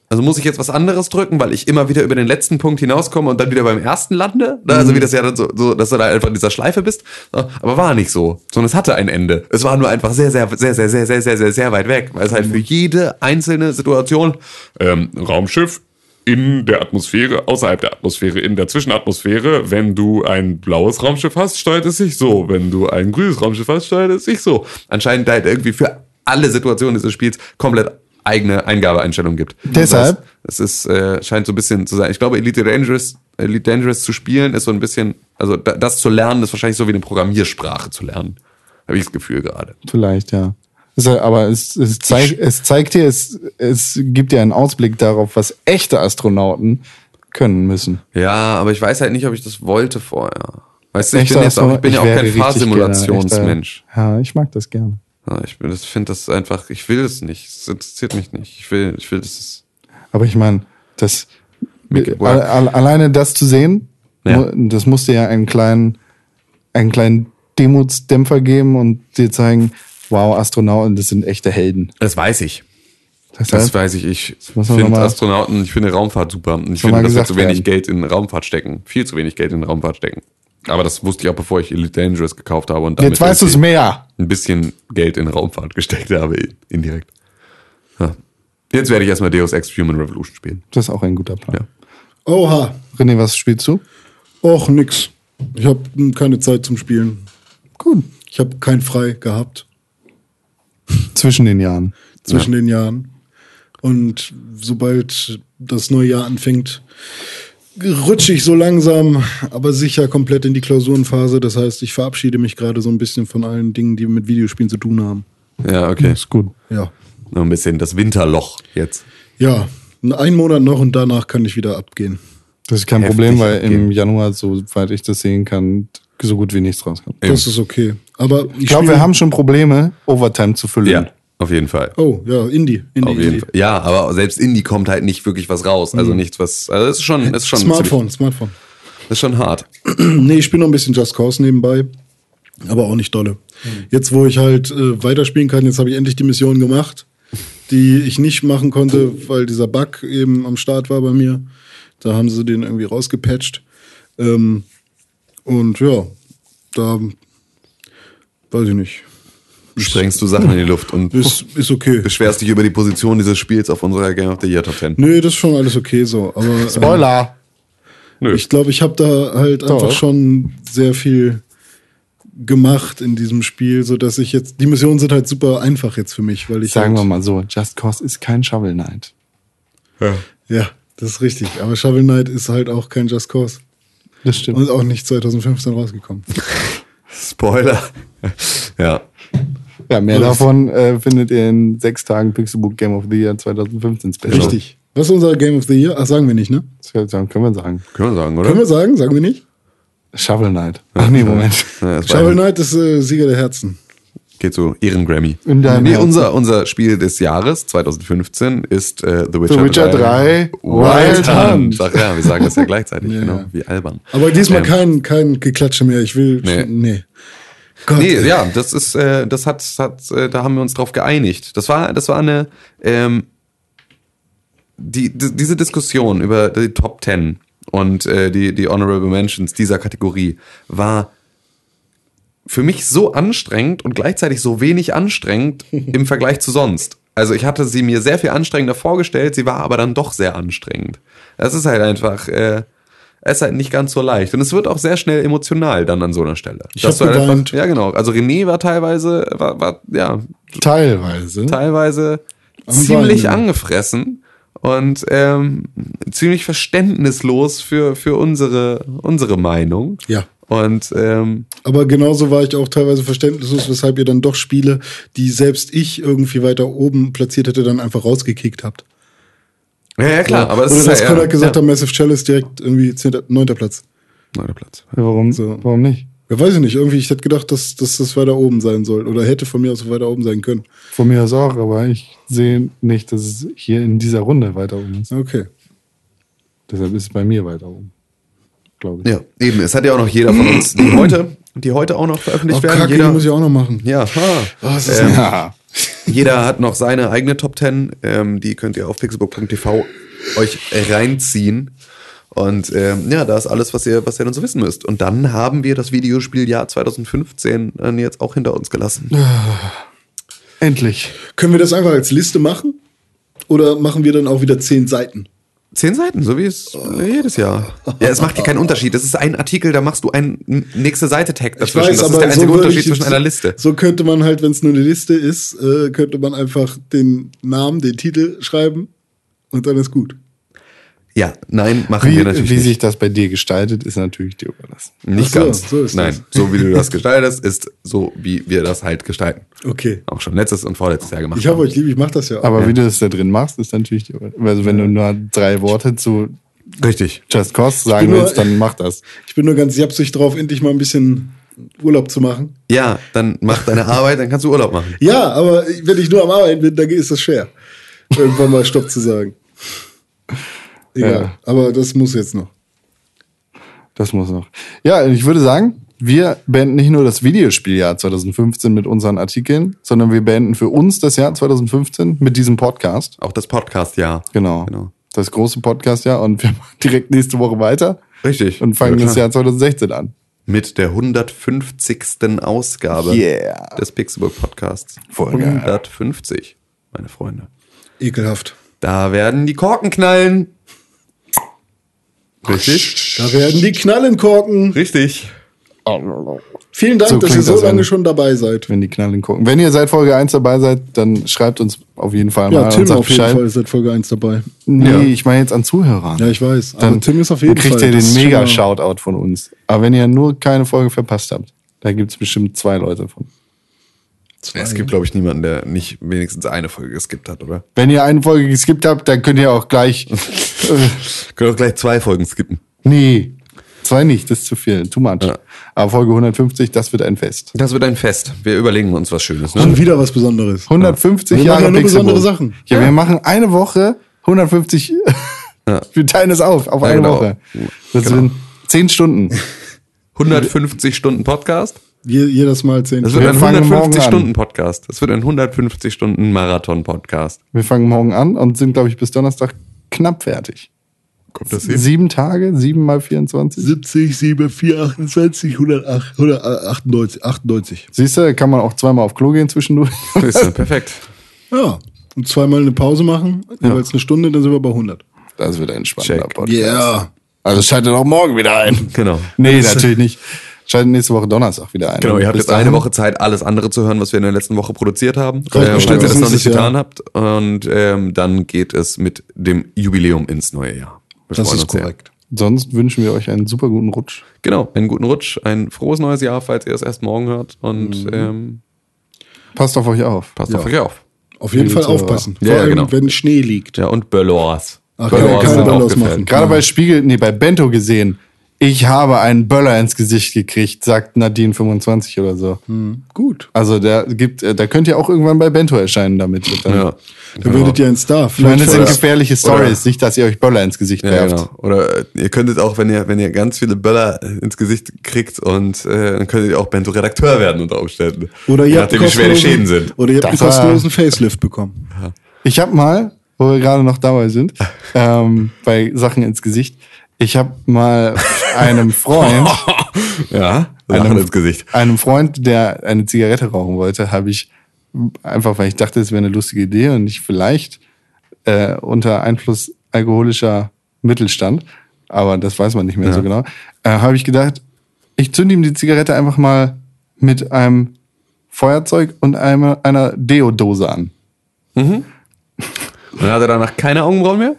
S4: Also muss ich jetzt was anderes drücken, weil ich immer wieder über den letzten Punkt hinauskomme und dann wieder beim ersten lande? Ne, Also wie das ja dann so, so, dass du da einfach in dieser Schleife bist. So, Aber war nicht so, sondern es hatte ein Ende. Es war nur einfach sehr, sehr, sehr, sehr, sehr, sehr, sehr, sehr, sehr weit weg, weil es halt für jede einzelne Situation ähm, Raumschiff in der Atmosphäre, außerhalb der Atmosphäre, in der Zwischenatmosphäre, wenn du ein blaues Raumschiff hast, steuert es sich so. Wenn du ein grünes Raumschiff hast, steuert es sich so. Anscheinend halt irgendwie für alle Situationen dieses Spiels komplett eigene Eingabeeinstellungen gibt.
S3: Deshalb?
S4: Das heißt, es ist, äh, scheint so ein bisschen zu sein. Ich glaube, Elite Dangerous, Elite Dangerous zu spielen ist so ein bisschen, also da, das zu lernen ist wahrscheinlich so wie eine Programmiersprache zu lernen. Habe ich das Gefühl gerade.
S3: Vielleicht, ja. Ist ja- Aber es, es, zeig, es zeigt dir, es, es gibt dir einen Ausblick darauf, was echte Astronauten können müssen.
S4: Ja, aber ich weiß halt nicht, ob ich das wollte vorher. Weißt du, ich
S3: Echte
S4: bin, jetzt auch, ich
S3: Astronauten-
S4: bin ja auch
S3: wäre
S4: kein
S3: richtig gerne
S4: Fahrsimulationsmensch.
S3: echter- Ja, ich mag das gerne.
S4: Ja, ich bin- das finde das einfach, ich will es nicht. Es interessiert mich nicht. Ich will, ich will das.
S3: Aber ich meine, das
S4: Make it work.
S3: alle- alle- alleine das zu sehen,
S4: Ja.
S3: mu- das musste ja einen kleinen, einen kleinen Demutsdämpfer geben und dir zeigen, wow, Astronauten, das sind echte Helden.
S4: Das weiß ich.
S3: Das
S4: Das
S3: heißt,
S4: weiß ich. Ich
S3: muss man noch
S4: finde
S3: mal-
S4: Astronauten, ich finde Raumfahrt super. Und ich
S3: noch
S4: finde,
S3: mal
S4: dass wir
S3: gesagt
S4: zu wenig
S3: werden.
S4: Geld in Raumfahrt stecken. Viel zu wenig Geld in Raumfahrt stecken. Aber das wusste ich auch, bevor ich Elite Dangerous gekauft habe und damit
S3: jetzt weißt du es
S4: irgendwie
S3: mehr.
S4: ein bisschen Geld in Raumfahrt gesteckt habe, indirekt. Ja. Jetzt werde ich erstmal Deus Ex Human Revolution spielen.
S3: Das ist auch ein guter Plan.
S6: Oha.
S3: René, was spielst du?
S6: Och, nix. Ich habe keine Zeit zum Spielen.
S3: Gut.
S6: Ich habe kein Frei gehabt
S3: Zwischen den Jahren.
S6: zwischen den Jahren. Und sobald das neue Jahr anfängt, rutsche ich so langsam, aber sicher komplett in die Klausurenphase. Das heißt, ich verabschiede mich gerade so ein bisschen von allen Dingen, die mit Videospielen zu tun haben.
S4: Ja, okay.
S3: Ist gut.
S6: Ja.
S4: Noch ein bisschen das Winterloch jetzt.
S6: Ja, einen Monat noch und danach kann ich wieder abgehen.
S3: Das ist kein
S4: Heftig
S3: Problem, weil
S4: abgehen.
S3: im Januar, soweit ich das sehen kann, so gut wie nichts rauskommt.
S4: Eben.
S6: Das ist okay. Aber
S3: Ich glaube,
S6: spiele-
S3: wir haben schon Probleme, Overtime zu füllen.
S4: Ja, auf jeden Fall.
S6: Oh, ja, Indie. Indie
S4: Auf jeden
S6: Indie.
S4: Fall. Ja, aber selbst Indie kommt halt nicht wirklich was raus.
S3: Mhm.
S4: Also nichts, was. Also es ist schon, es ist schon
S6: Smartphone, Smartphone.
S4: Ziemlich, ist schon hart.
S6: nee, ich spiele noch ein bisschen Just Cause nebenbei, aber auch nicht dolle. Jetzt, wo ich halt äh, weiterspielen kann, jetzt habe ich endlich die Mission gemacht, die ich nicht machen konnte, weil dieser Bug eben am Start war bei mir. Da haben sie den irgendwie rausgepatcht. Ähm, und ja, da weiß ich nicht.
S4: Sprengst du Sachen in die Luft und
S6: Ist, ist okay.
S4: beschwerst dich über die Position dieses Spiels auf unserer Game of the Year Top 10.
S6: Nö, das ist schon alles okay so. Aber, ähm,
S3: Spoiler!
S4: Nö.
S6: Ich glaube, ich habe da halt einfach schon sehr viel gemacht in diesem Spiel, so dass ich jetzt die Missionen sind halt super einfach jetzt für mich, weil ich
S3: Sagen wir
S6: halt,
S3: mal so, Just Cause ist kein Shovel Knight.
S6: ja, das ist richtig. Aber Shovel Knight ist halt auch kein Just Cause
S3: Das stimmt.
S6: und auch nicht 2015 rausgekommen.
S4: Genau. Spoiler. ja.
S3: ja, mehr
S6: Und-
S3: davon äh, findet ihr in sechs Tagen Pixelbook Game of the Year 2015 Special.
S6: Richtig. Was ist unser Game of the Year? Ach, sagen wir nicht, ne?
S3: Das kann- können wir sagen.
S4: Können wir sagen,
S6: Können
S4: oder?
S6: wir sagen? Sagen wir nicht?
S3: Shovel Knight. Ach nee, Moment.
S4: Ja, es war-
S6: Shovel Knight ist äh, Sieger der Herzen.
S4: Geht so, Ehren Grammy.
S3: In deinem
S4: Nee,
S3: Herzen.
S4: unser, unser Spiel des Jahres 2015 ist äh, The Witcher,
S3: Witcher 3
S4: 3
S3: Wild Hunt.
S4: Ach ja, wir sagen das ja gleichzeitig,
S6: Ja,
S4: genau,
S6: ja.
S4: wie albern.
S6: Aber diesmal
S4: Ähm,
S6: kein, kein Geklatsche mehr. Ich will.
S4: Nee.
S6: Nee. nee. Gott,
S4: Nee,
S6: ey.
S4: ja, das ist, äh, das hat, hat, äh, da haben wir uns drauf geeinigt. Das war, das war eine, ähm, die, die, diese Diskussion über die Top Ten und äh, die, die Honorable Mentions dieser Kategorie war für mich so anstrengend und gleichzeitig so wenig anstrengend im Vergleich zu sonst. Also ich hatte sie mir sehr viel anstrengender vorgestellt, sie war aber dann doch sehr anstrengend. Das ist halt einfach, äh, es ist halt nicht ganz so leicht. Und es wird auch sehr schnell emotional dann an so einer Stelle. Ich
S6: hab geweint.
S4: einfach, Ja, genau. Also René war teilweise, war, war ja,
S3: Teilweise.
S4: teilweise ziemlich angefressen und ähm, ziemlich verständnislos für, für unsere, unsere Meinung.
S6: Ja.
S4: Und ähm,
S6: Aber genauso war ich auch teilweise verständnislos, weshalb ihr dann doch Spiele, die selbst ich irgendwie weiter oben platziert hätte, dann einfach rausgekickt habt.
S4: ja, ja klar, aber es
S6: Oder
S4: ist halt,
S6: dass
S4: ja,
S6: Konrad gesagt
S4: ja.
S6: hat, Massive Shell ist direkt irgendwie 10., 9. Platz.
S4: Neuer Platz.
S3: Warum,
S6: So.
S3: warum nicht?
S6: Ja, weiß ich nicht. Irgendwie, ich hätte gedacht, dass, dass das weiter oben sein soll. Oder hätte von mir aus weiter oben sein können.
S3: Von mir aus auch, aber ich sehe nicht, dass es hier in dieser Runde weiter oben ist.
S6: Okay.
S3: Deshalb ist es bei mir weiter oben. Glaube ich.
S4: Ja, eben. Es hat ja auch noch jeder von uns, die heute, die heute auch noch veröffentlicht
S6: Oh,
S4: werden.
S6: Kacke,
S4: jeder,
S6: die muss ich auch noch machen.
S4: ja, ha. Ähm, Jeder hat noch seine eigene Top 10. Ähm, die könnt ihr auf pixelbook.tv euch reinziehen. Und ähm, ja, da ist alles, was ihr, was ihr dann so wissen müsst. Und dann haben wir das Videospieljahr 2015 dann äh, jetzt auch hinter uns gelassen.
S3: Endlich.
S6: Können wir das einfach als Liste machen? Oder machen wir dann auch wieder zehn Seiten?
S4: Zehn Seiten, so wie es äh, jedes Jahr. Ja, es macht ja keinen Unterschied. Es ist ein Artikel, da machst du einen nächste Seite Tag
S6: Ich
S4: dazwischen.
S6: weiß,
S4: das
S6: aber
S4: ist der einzige
S6: so würde
S4: Unterschied
S6: ich-
S4: zwischen einer Liste.
S6: So könnte man halt, wenn es nur eine Liste ist, äh, könnte man einfach den Namen, den Titel schreiben und dann ist gut.
S4: Ja, nein, machen
S3: Wie,
S4: wir natürlich
S3: wie
S4: nicht. Mhm.
S3: sich das bei dir gestaltet, ist natürlich dir überlassen.
S4: Nicht
S6: Ach so,
S4: ganz.
S6: so ist
S4: Nein, so wie du das gestaltest, ist so, wie wir das halt gestalten.
S6: Okay.
S4: Auch schon letztes und vorletztes Jahr gemacht.
S6: Ich habe euch lieb, ich mache das ja auch.
S3: Aber wie du das da drin machst, ist natürlich dir überlassen. Also wenn du nur drei Worte zu
S4: Richtig.
S3: Just Cause sagen
S6: nur-
S3: willst, dann mach das.
S6: Ich bin nur ganz japsig drauf, endlich mal ein bisschen Urlaub zu machen.
S4: Ja, dann mach deine Arbeit, dann kannst du Urlaub machen.
S6: Ja, aber wenn ich nur am Arbeiten bin, dann ist das schwer, irgendwann mal Stopp zu sagen. Egal.
S3: Ja.
S6: Aber das muss jetzt noch.
S3: Das muss noch. Ja, ich würde sagen, wir beenden nicht nur das Videospieljahr 2015 mit unseren Artikeln, sondern wir beenden für uns das Jahr 2015 mit diesem Podcast.
S4: Auch das Podcast, ja.
S3: Genau. Das große Podcastjahr und wir machen direkt nächste Woche weiter
S4: Richtig.
S3: und fangen
S4: Ja,
S3: das
S4: klar.
S3: Jahr 2016 an.
S4: Mit der 150. Ausgabe
S3: Yeah.
S4: des Pixelbook Podcasts.
S3: Voll geil.
S4: 150, meine Freunde.
S6: Ekelhaft.
S4: Da werden die Korken knallen. Richtig?
S6: Da werden die Knallen korken.
S4: Richtig.
S3: Oh,
S6: Vielen Dank,
S3: So
S6: dass ihr
S3: klingt
S6: so
S3: das
S6: lange
S3: an.
S6: schon dabei seid.
S3: Wenn die Knallen gucken. Wenn ihr seit Folge 1 dabei seid, dann schreibt uns auf jeden Fall mal
S6: Ja, Tim
S3: und sagt
S6: auf jeden
S3: Bescheid.
S6: Fall ist seit Folge 1 dabei.
S3: Nee,
S4: Ja.
S3: ich meine jetzt an Zuhörer.
S6: Ja, ich weiß.
S3: Dann
S6: aber Tim ist auf jeden
S3: dann kriegt
S6: Fall.
S3: ihr
S6: Das
S3: den
S6: ist schon mal-
S3: Mega-Shoutout von uns. Aber wenn ihr nur keine Folge verpasst habt, da gibt es bestimmt zwei Leute von.
S4: Es gibt, glaube ich, niemanden, der nicht wenigstens eine Folge geskippt hat, oder?
S3: Wenn ihr eine Folge geskippt habt, dann könnt ihr auch gleich. äh,
S4: Können auch gleich zwei Folgen skippen.
S3: nee, zwei nicht, das ist zu viel. Too much.
S4: Ja.
S3: Aber Folge 150, das wird ein Fest.
S4: Das wird ein Fest. Wir überlegen uns was Schönes. Ne?
S6: Schon wieder was Besonderes.
S3: 150
S6: Wir machen
S3: Jahre
S6: ja nur
S3: Pixelburg.
S6: besondere Sachen.
S3: Ja, wir machen eine Woche 150. wir teilen es auf, auf
S4: Ja,
S3: eine
S4: genau.
S3: Woche. Das sind zehn Stunden.
S4: 150 Stunden Podcast.
S6: Je, jedes Mal 10
S4: Das wird
S3: Wir
S4: ein
S3: fangen morgen
S4: 150
S3: an.
S4: Stunden Podcast. Das wird ein 150 Stunden Marathon Podcast.
S3: Wir fangen morgen an und sind, glaube ich, bis Donnerstag knapp fertig.
S4: Kommt das
S3: Sieben Tage, sieben mal 24.
S6: 70, 7, 4, 28, 108, 198, 98.
S3: Siehst du, da kann man auch zweimal auf Klo gehen zwischendurch.
S4: Ist ja perfekt.
S6: Ja. Und zweimal eine Pause machen, jeweils eine Stunde, dann sind wir bei 100.
S3: Das wird ein entspannender
S4: Check.
S3: Podcast.
S6: Yeah.
S3: Also schaltet auch morgen wieder ein.
S4: Genau.
S3: Nee, natürlich nicht. Schaltet nächste Woche Donnerstag wieder ein.
S4: Genau, ihr habt
S3: Bis
S4: jetzt eine
S3: dahin-
S4: Woche Zeit, alles andere zu hören, was wir in der letzten Woche produziert haben.
S6: Reicht
S4: Äh,
S6: bestimmt
S4: falls ihr das
S6: bis
S4: noch nicht
S6: nächstes Jahr.
S4: getan habt. Und ähm, dann geht es mit dem Jubiläum ins neue Jahr. Wir
S6: Das
S4: freuen
S6: ist
S4: uns sehr.
S6: korrekt.
S3: Sonst wünschen wir euch einen super guten Rutsch.
S4: Genau, einen guten Rutsch, ein frohes neues Jahr, falls ihr es erst morgen hört.
S3: Mhm.
S4: Und ähm,
S3: Passt auf euch auf.
S4: passt auf euch auf.
S6: Auf jeden
S3: Liebe
S6: Fall
S3: Zuhörer.
S6: aufpassen.
S4: Ja,
S6: Vor
S4: ja,
S6: allem,
S4: genau.
S6: wenn Schnee liegt.
S4: Ja, und Böllors.
S6: Ach, keine- keine
S4: sind auch
S6: Böllors
S4: gefällt.
S6: machen.
S3: Gerade bei Spiegel, nee, bei Bento gesehen. Ich habe einen Böller ins Gesicht gekriegt, sagt Nadine 25 oder so.
S6: Gut.
S3: Also der gibt, äh, da könnt ihr auch irgendwann bei Bento erscheinen damit. wird Dann.
S4: Ja.
S6: Dann werdet ihr ein Star.
S3: Ich meine, das sind
S6: Vielleicht-
S3: gefährliche Stories,
S4: oder-
S3: nicht, dass ihr euch Böller ins Gesicht
S4: Ja,
S3: werft.
S4: genau. Oder äh, ihr könntet auch, wenn ihr, wenn ihr ganz viele Böller ins Gesicht kriegt und äh, dann könntet ihr auch Bento-Redakteur werden unter Umständen.
S6: Oder
S4: Je
S6: ihr habt
S4: nachdem, wie schwer die
S6: kostenlosen-
S4: Schäden sind.
S6: Oder ihr habt einen
S3: Das war-
S6: kostenlosen Facelift bekommen.
S3: Ich habe mal, wo wir gerade noch dabei sind, ähm, bei Sachen ins Gesicht, ich habe mal einem Freund,
S4: Ja, Lachen ins Gesicht.
S3: einem Freund, der eine Zigarette rauchen wollte, habe ich einfach, weil ich dachte, es wäre eine lustige Idee und ich vielleicht äh, unter Einfluss alkoholischer Mittel stand, aber das weiß man nicht mehr so genau, äh, habe ich gedacht, ich zünde ihm die Zigarette einfach mal mit einem Feuerzeug und einem, einer Deodose an.
S4: Und dann hat er danach keine Augenbrauen mehr?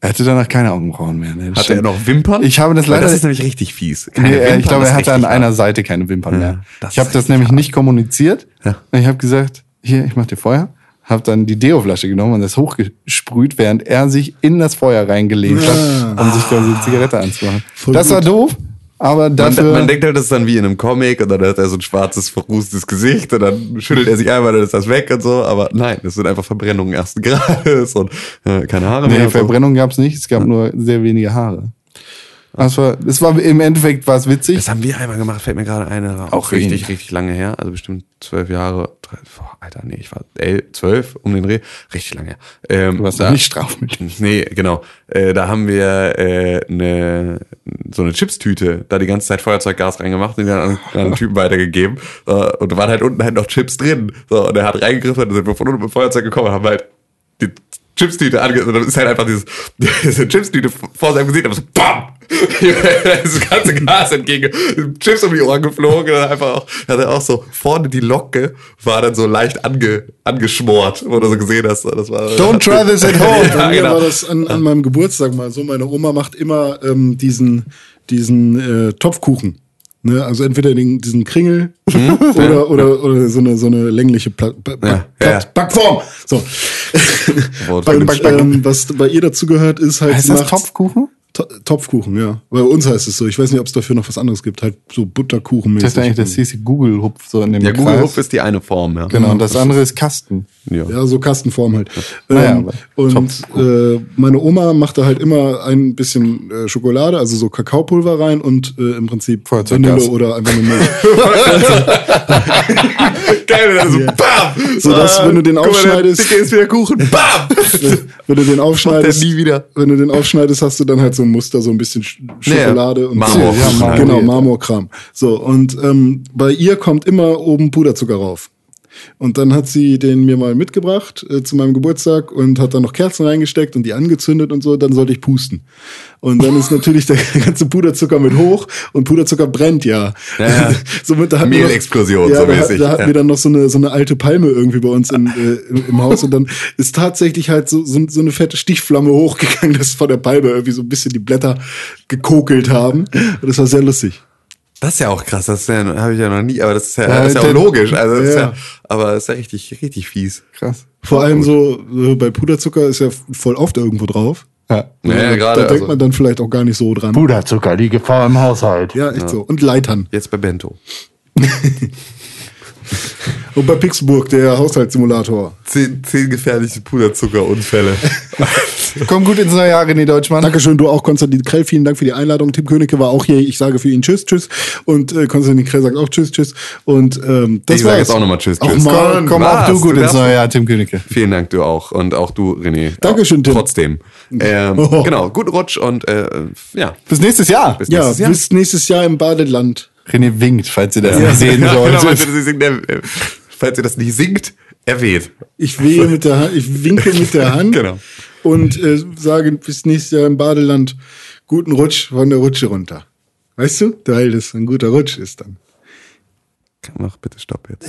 S3: Er hatte danach keine Augenbrauen mehr. Ne?
S4: Hat er noch Wimpern?
S3: Ich habe das
S4: Weil
S3: leider.
S4: Das ist nämlich richtig fies. Keine
S3: nee, äh,
S4: Wimpern
S3: ich glaube,
S4: ist
S3: er hatte an
S4: richtig
S3: einer
S4: hart.
S3: Seite keine Wimpern mehr.
S4: das
S3: Ich habe
S4: ist
S3: das nämlich nicht kommuniziert.
S4: Ja.
S3: Und Ich habe gesagt, hier, ich mache dir Feuer. Habe dann die Deo-Flasche genommen und das hochgesprüht, während er sich in das Feuer reingelegt hat, um sich quasi die Zigarette anzumachen. das war doof, aber
S4: Ah. Man,
S3: dafür.
S4: man denkt halt, das ist dann wie in einem Comic und dann hat er so ein schwarzes, verrußtes Gesicht und dann schüttelt er sich einmal, dann ist das weg und so. Aber nein, das sind einfach Verbrennungen ersten Grades und äh, keine Haare mehr.
S3: nee,
S4: und so.
S3: Verbrennung gab es nicht, es gab nur sehr wenige Haare. Das war, das war im Endeffekt war es witzig.
S4: Das haben wir einmal gemacht, fällt mir gerade eine raus.
S3: Auch
S4: richtig,
S3: wenig.
S4: richtig lange her. Also bestimmt zwölf Jahre. Drei, boah, Alter, nee, ich war elf, zwölf um den Dreh. Richtig lange her. Ähm,
S3: Du warst
S4: da-
S3: doch nicht strafmütig.
S4: Nee, genau. Äh, da haben wir äh, ne, so eine Chipstüte, da die ganze Zeit Feuerzeuggas reingemacht und die dann an an einen Typen weitergegeben. So, und da waren halt unten halt noch Chips drin. So, und er hat reingegriffen, dann sind wir von unten mit dem Feuerzeug gekommen und haben halt die Chipstüte ange... Und dann ist halt einfach dieses, diese Chipstüte vor seinem Gesicht, aber so BAM! das ganze Gas entgegen, Chips um die Ohren geflogen und dann einfach auch, hat er auch so, vorne die Locke war dann so leicht ange, angeschmort, wo du so gesehen hast. Das war,
S3: Don't try this at home.
S6: Bei
S4: Ja,
S6: mir
S4: genau.
S6: war das an, an meinem Geburtstag mal so. Meine Oma macht immer ähm, diesen, diesen äh, Topfkuchen. Ne? Also entweder den, diesen Kringel
S3: Mhm.
S6: oder, oder, oder so eine, so eine längliche Pla Ba- Ba-
S4: Ja,
S6: Pla-
S4: ja, ja.
S6: Backform. So.
S4: Wort-
S6: Und, ähm, was bei ihr dazu gehört, ist halt.
S3: Heißt das
S6: nachts-
S3: Topfkuchen?
S6: To Topfkuchen, ja. Bei uns heißt es so. Ich weiß nicht, ob es dafür noch was anderes gibt. Halt so Butterkuchen.
S3: Das ist eigentlich das hieße Google-Hupf so in dem
S4: Ja, Google
S3: Kreis.
S4: Hupf ist die eine Form, ja.
S3: Genau, und das andere ist Kasten.
S4: Ja.
S6: Ja, so Kastenform halt.
S3: Naja,
S6: Ähm,
S3: aber
S6: und äh, meine Oma machte halt immer ein bisschen äh, Schokolade, also so Kakaopulver rein und äh, im Prinzip
S3: Feuerzeuggas.
S6: Vanille oder einfach nur Milch.
S4: Geil, also BAM!
S6: So, dass, wenn du den
S4: guck mal, der
S6: aufschneidest-
S4: Dicke ist wieder Kuchen, BAM!
S6: wenn du den aufschneidest,
S4: Macht er nie wieder.
S6: wenn du den aufschneidest, hast du dann halt so ein Muster, so ein bisschen Sch Schokolade und
S4: Marmor.
S6: so.
S4: Ja,
S3: Marmor.
S6: genau Marmorkram. So und ähm, bei ihr kommt immer oben Puderzucker rauf. Und dann hat sie den mir mal mitgebracht äh, zu meinem Geburtstag und hat dann noch Kerzen reingesteckt und die angezündet und so. Dann sollte ich pusten. Und dann ist natürlich der ganze Puderzucker mit hoch und Puderzucker brennt ja.
S4: ja.
S6: Somit da hatten wir noch-
S4: Mehlexplosion,
S6: ja,
S4: so
S6: da,
S4: mäßig.
S6: Da hatten
S4: Ja.
S6: wir dann noch so eine, so eine alte Palme irgendwie bei uns in, äh, im, im Haus und dann ist tatsächlich halt so, so, so eine fette Stichflamme hochgegangen, dass von der Palme irgendwie so ein bisschen die Blätter gekokelt haben. Und das war sehr lustig.
S4: Das ist ja auch krass, das ja, habe ich ja noch nie, aber das ist ja,
S3: Ja,
S4: das ist ja auch
S3: der-
S4: logisch. Also das ist
S6: Ja.
S4: ja, aber das ist ja richtig, richtig fies.
S3: Krass.
S6: Vor allem so äh, bei Puderzucker ist ja voll oft irgendwo drauf.
S3: Ja.
S4: Ja, ja,
S6: da
S4: gerade,
S6: denkt
S4: also.
S6: man dann vielleicht auch gar nicht so dran.
S7: Puderzucker, die Gefahr im Haushalt.
S6: Ja, echt so. Und Leitern.
S4: Jetzt bei Bento.
S6: Und bei Pixburg, der Haushaltssimulator.
S4: Zehn, zehn gefährliche Puderzuckerunfälle.
S3: Komm gut ins neue Jahr, René Deutschmann.
S6: Dankeschön, du auch, Konstantin Krell. Vielen Dank für die Einladung. Tim Königke war auch hier. Ich sage für ihn Tschüss, Tschüss. Und äh, Konstantin Krell sagt auch Tschüss, Tschüss. Und ähm, das
S4: Ich sag
S6: war's.
S4: jetzt auch nochmal Tschüss,
S6: Ach,
S4: Tschüss.
S6: Mann.
S3: Komm, komm auch
S4: was?
S3: du gut
S4: Du
S3: ins
S4: darfst-
S3: neue Jahr, Tim Königke.
S4: Vielen Dank, du auch. Und auch du, René.
S6: Dankeschön, Tim.
S4: Trotzdem. Ähm,
S6: Oh.
S4: Genau, guten Rutsch und äh, ja,
S3: Bis nächstes Jahr.
S4: bis
S6: Ja,
S4: nächstes Jahr.
S6: bis nächstes Jahr im Badeland.
S3: René winkt, falls ihr das nicht sehen
S4: ja, genau, falls, ihr
S3: solltet.
S4: das nicht singt, äh, falls ihr das nicht singt, erwähnt.
S6: Ich wehe mit der Hand, ich winke mit der Hand
S4: Genau.
S6: und äh, sage bis nächstes Jahr im Badeland guten Rutsch von der Rutsche runter. Weißt du? Weil das ein guter Rutsch ist dann.
S4: Mach bitte Stopp jetzt.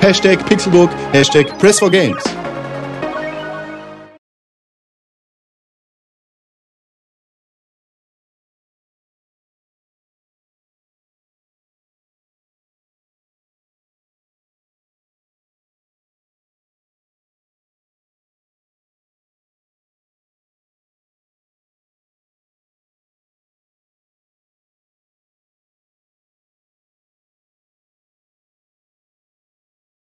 S8: Hashtag Pixelburg, Hashtag Press4Games.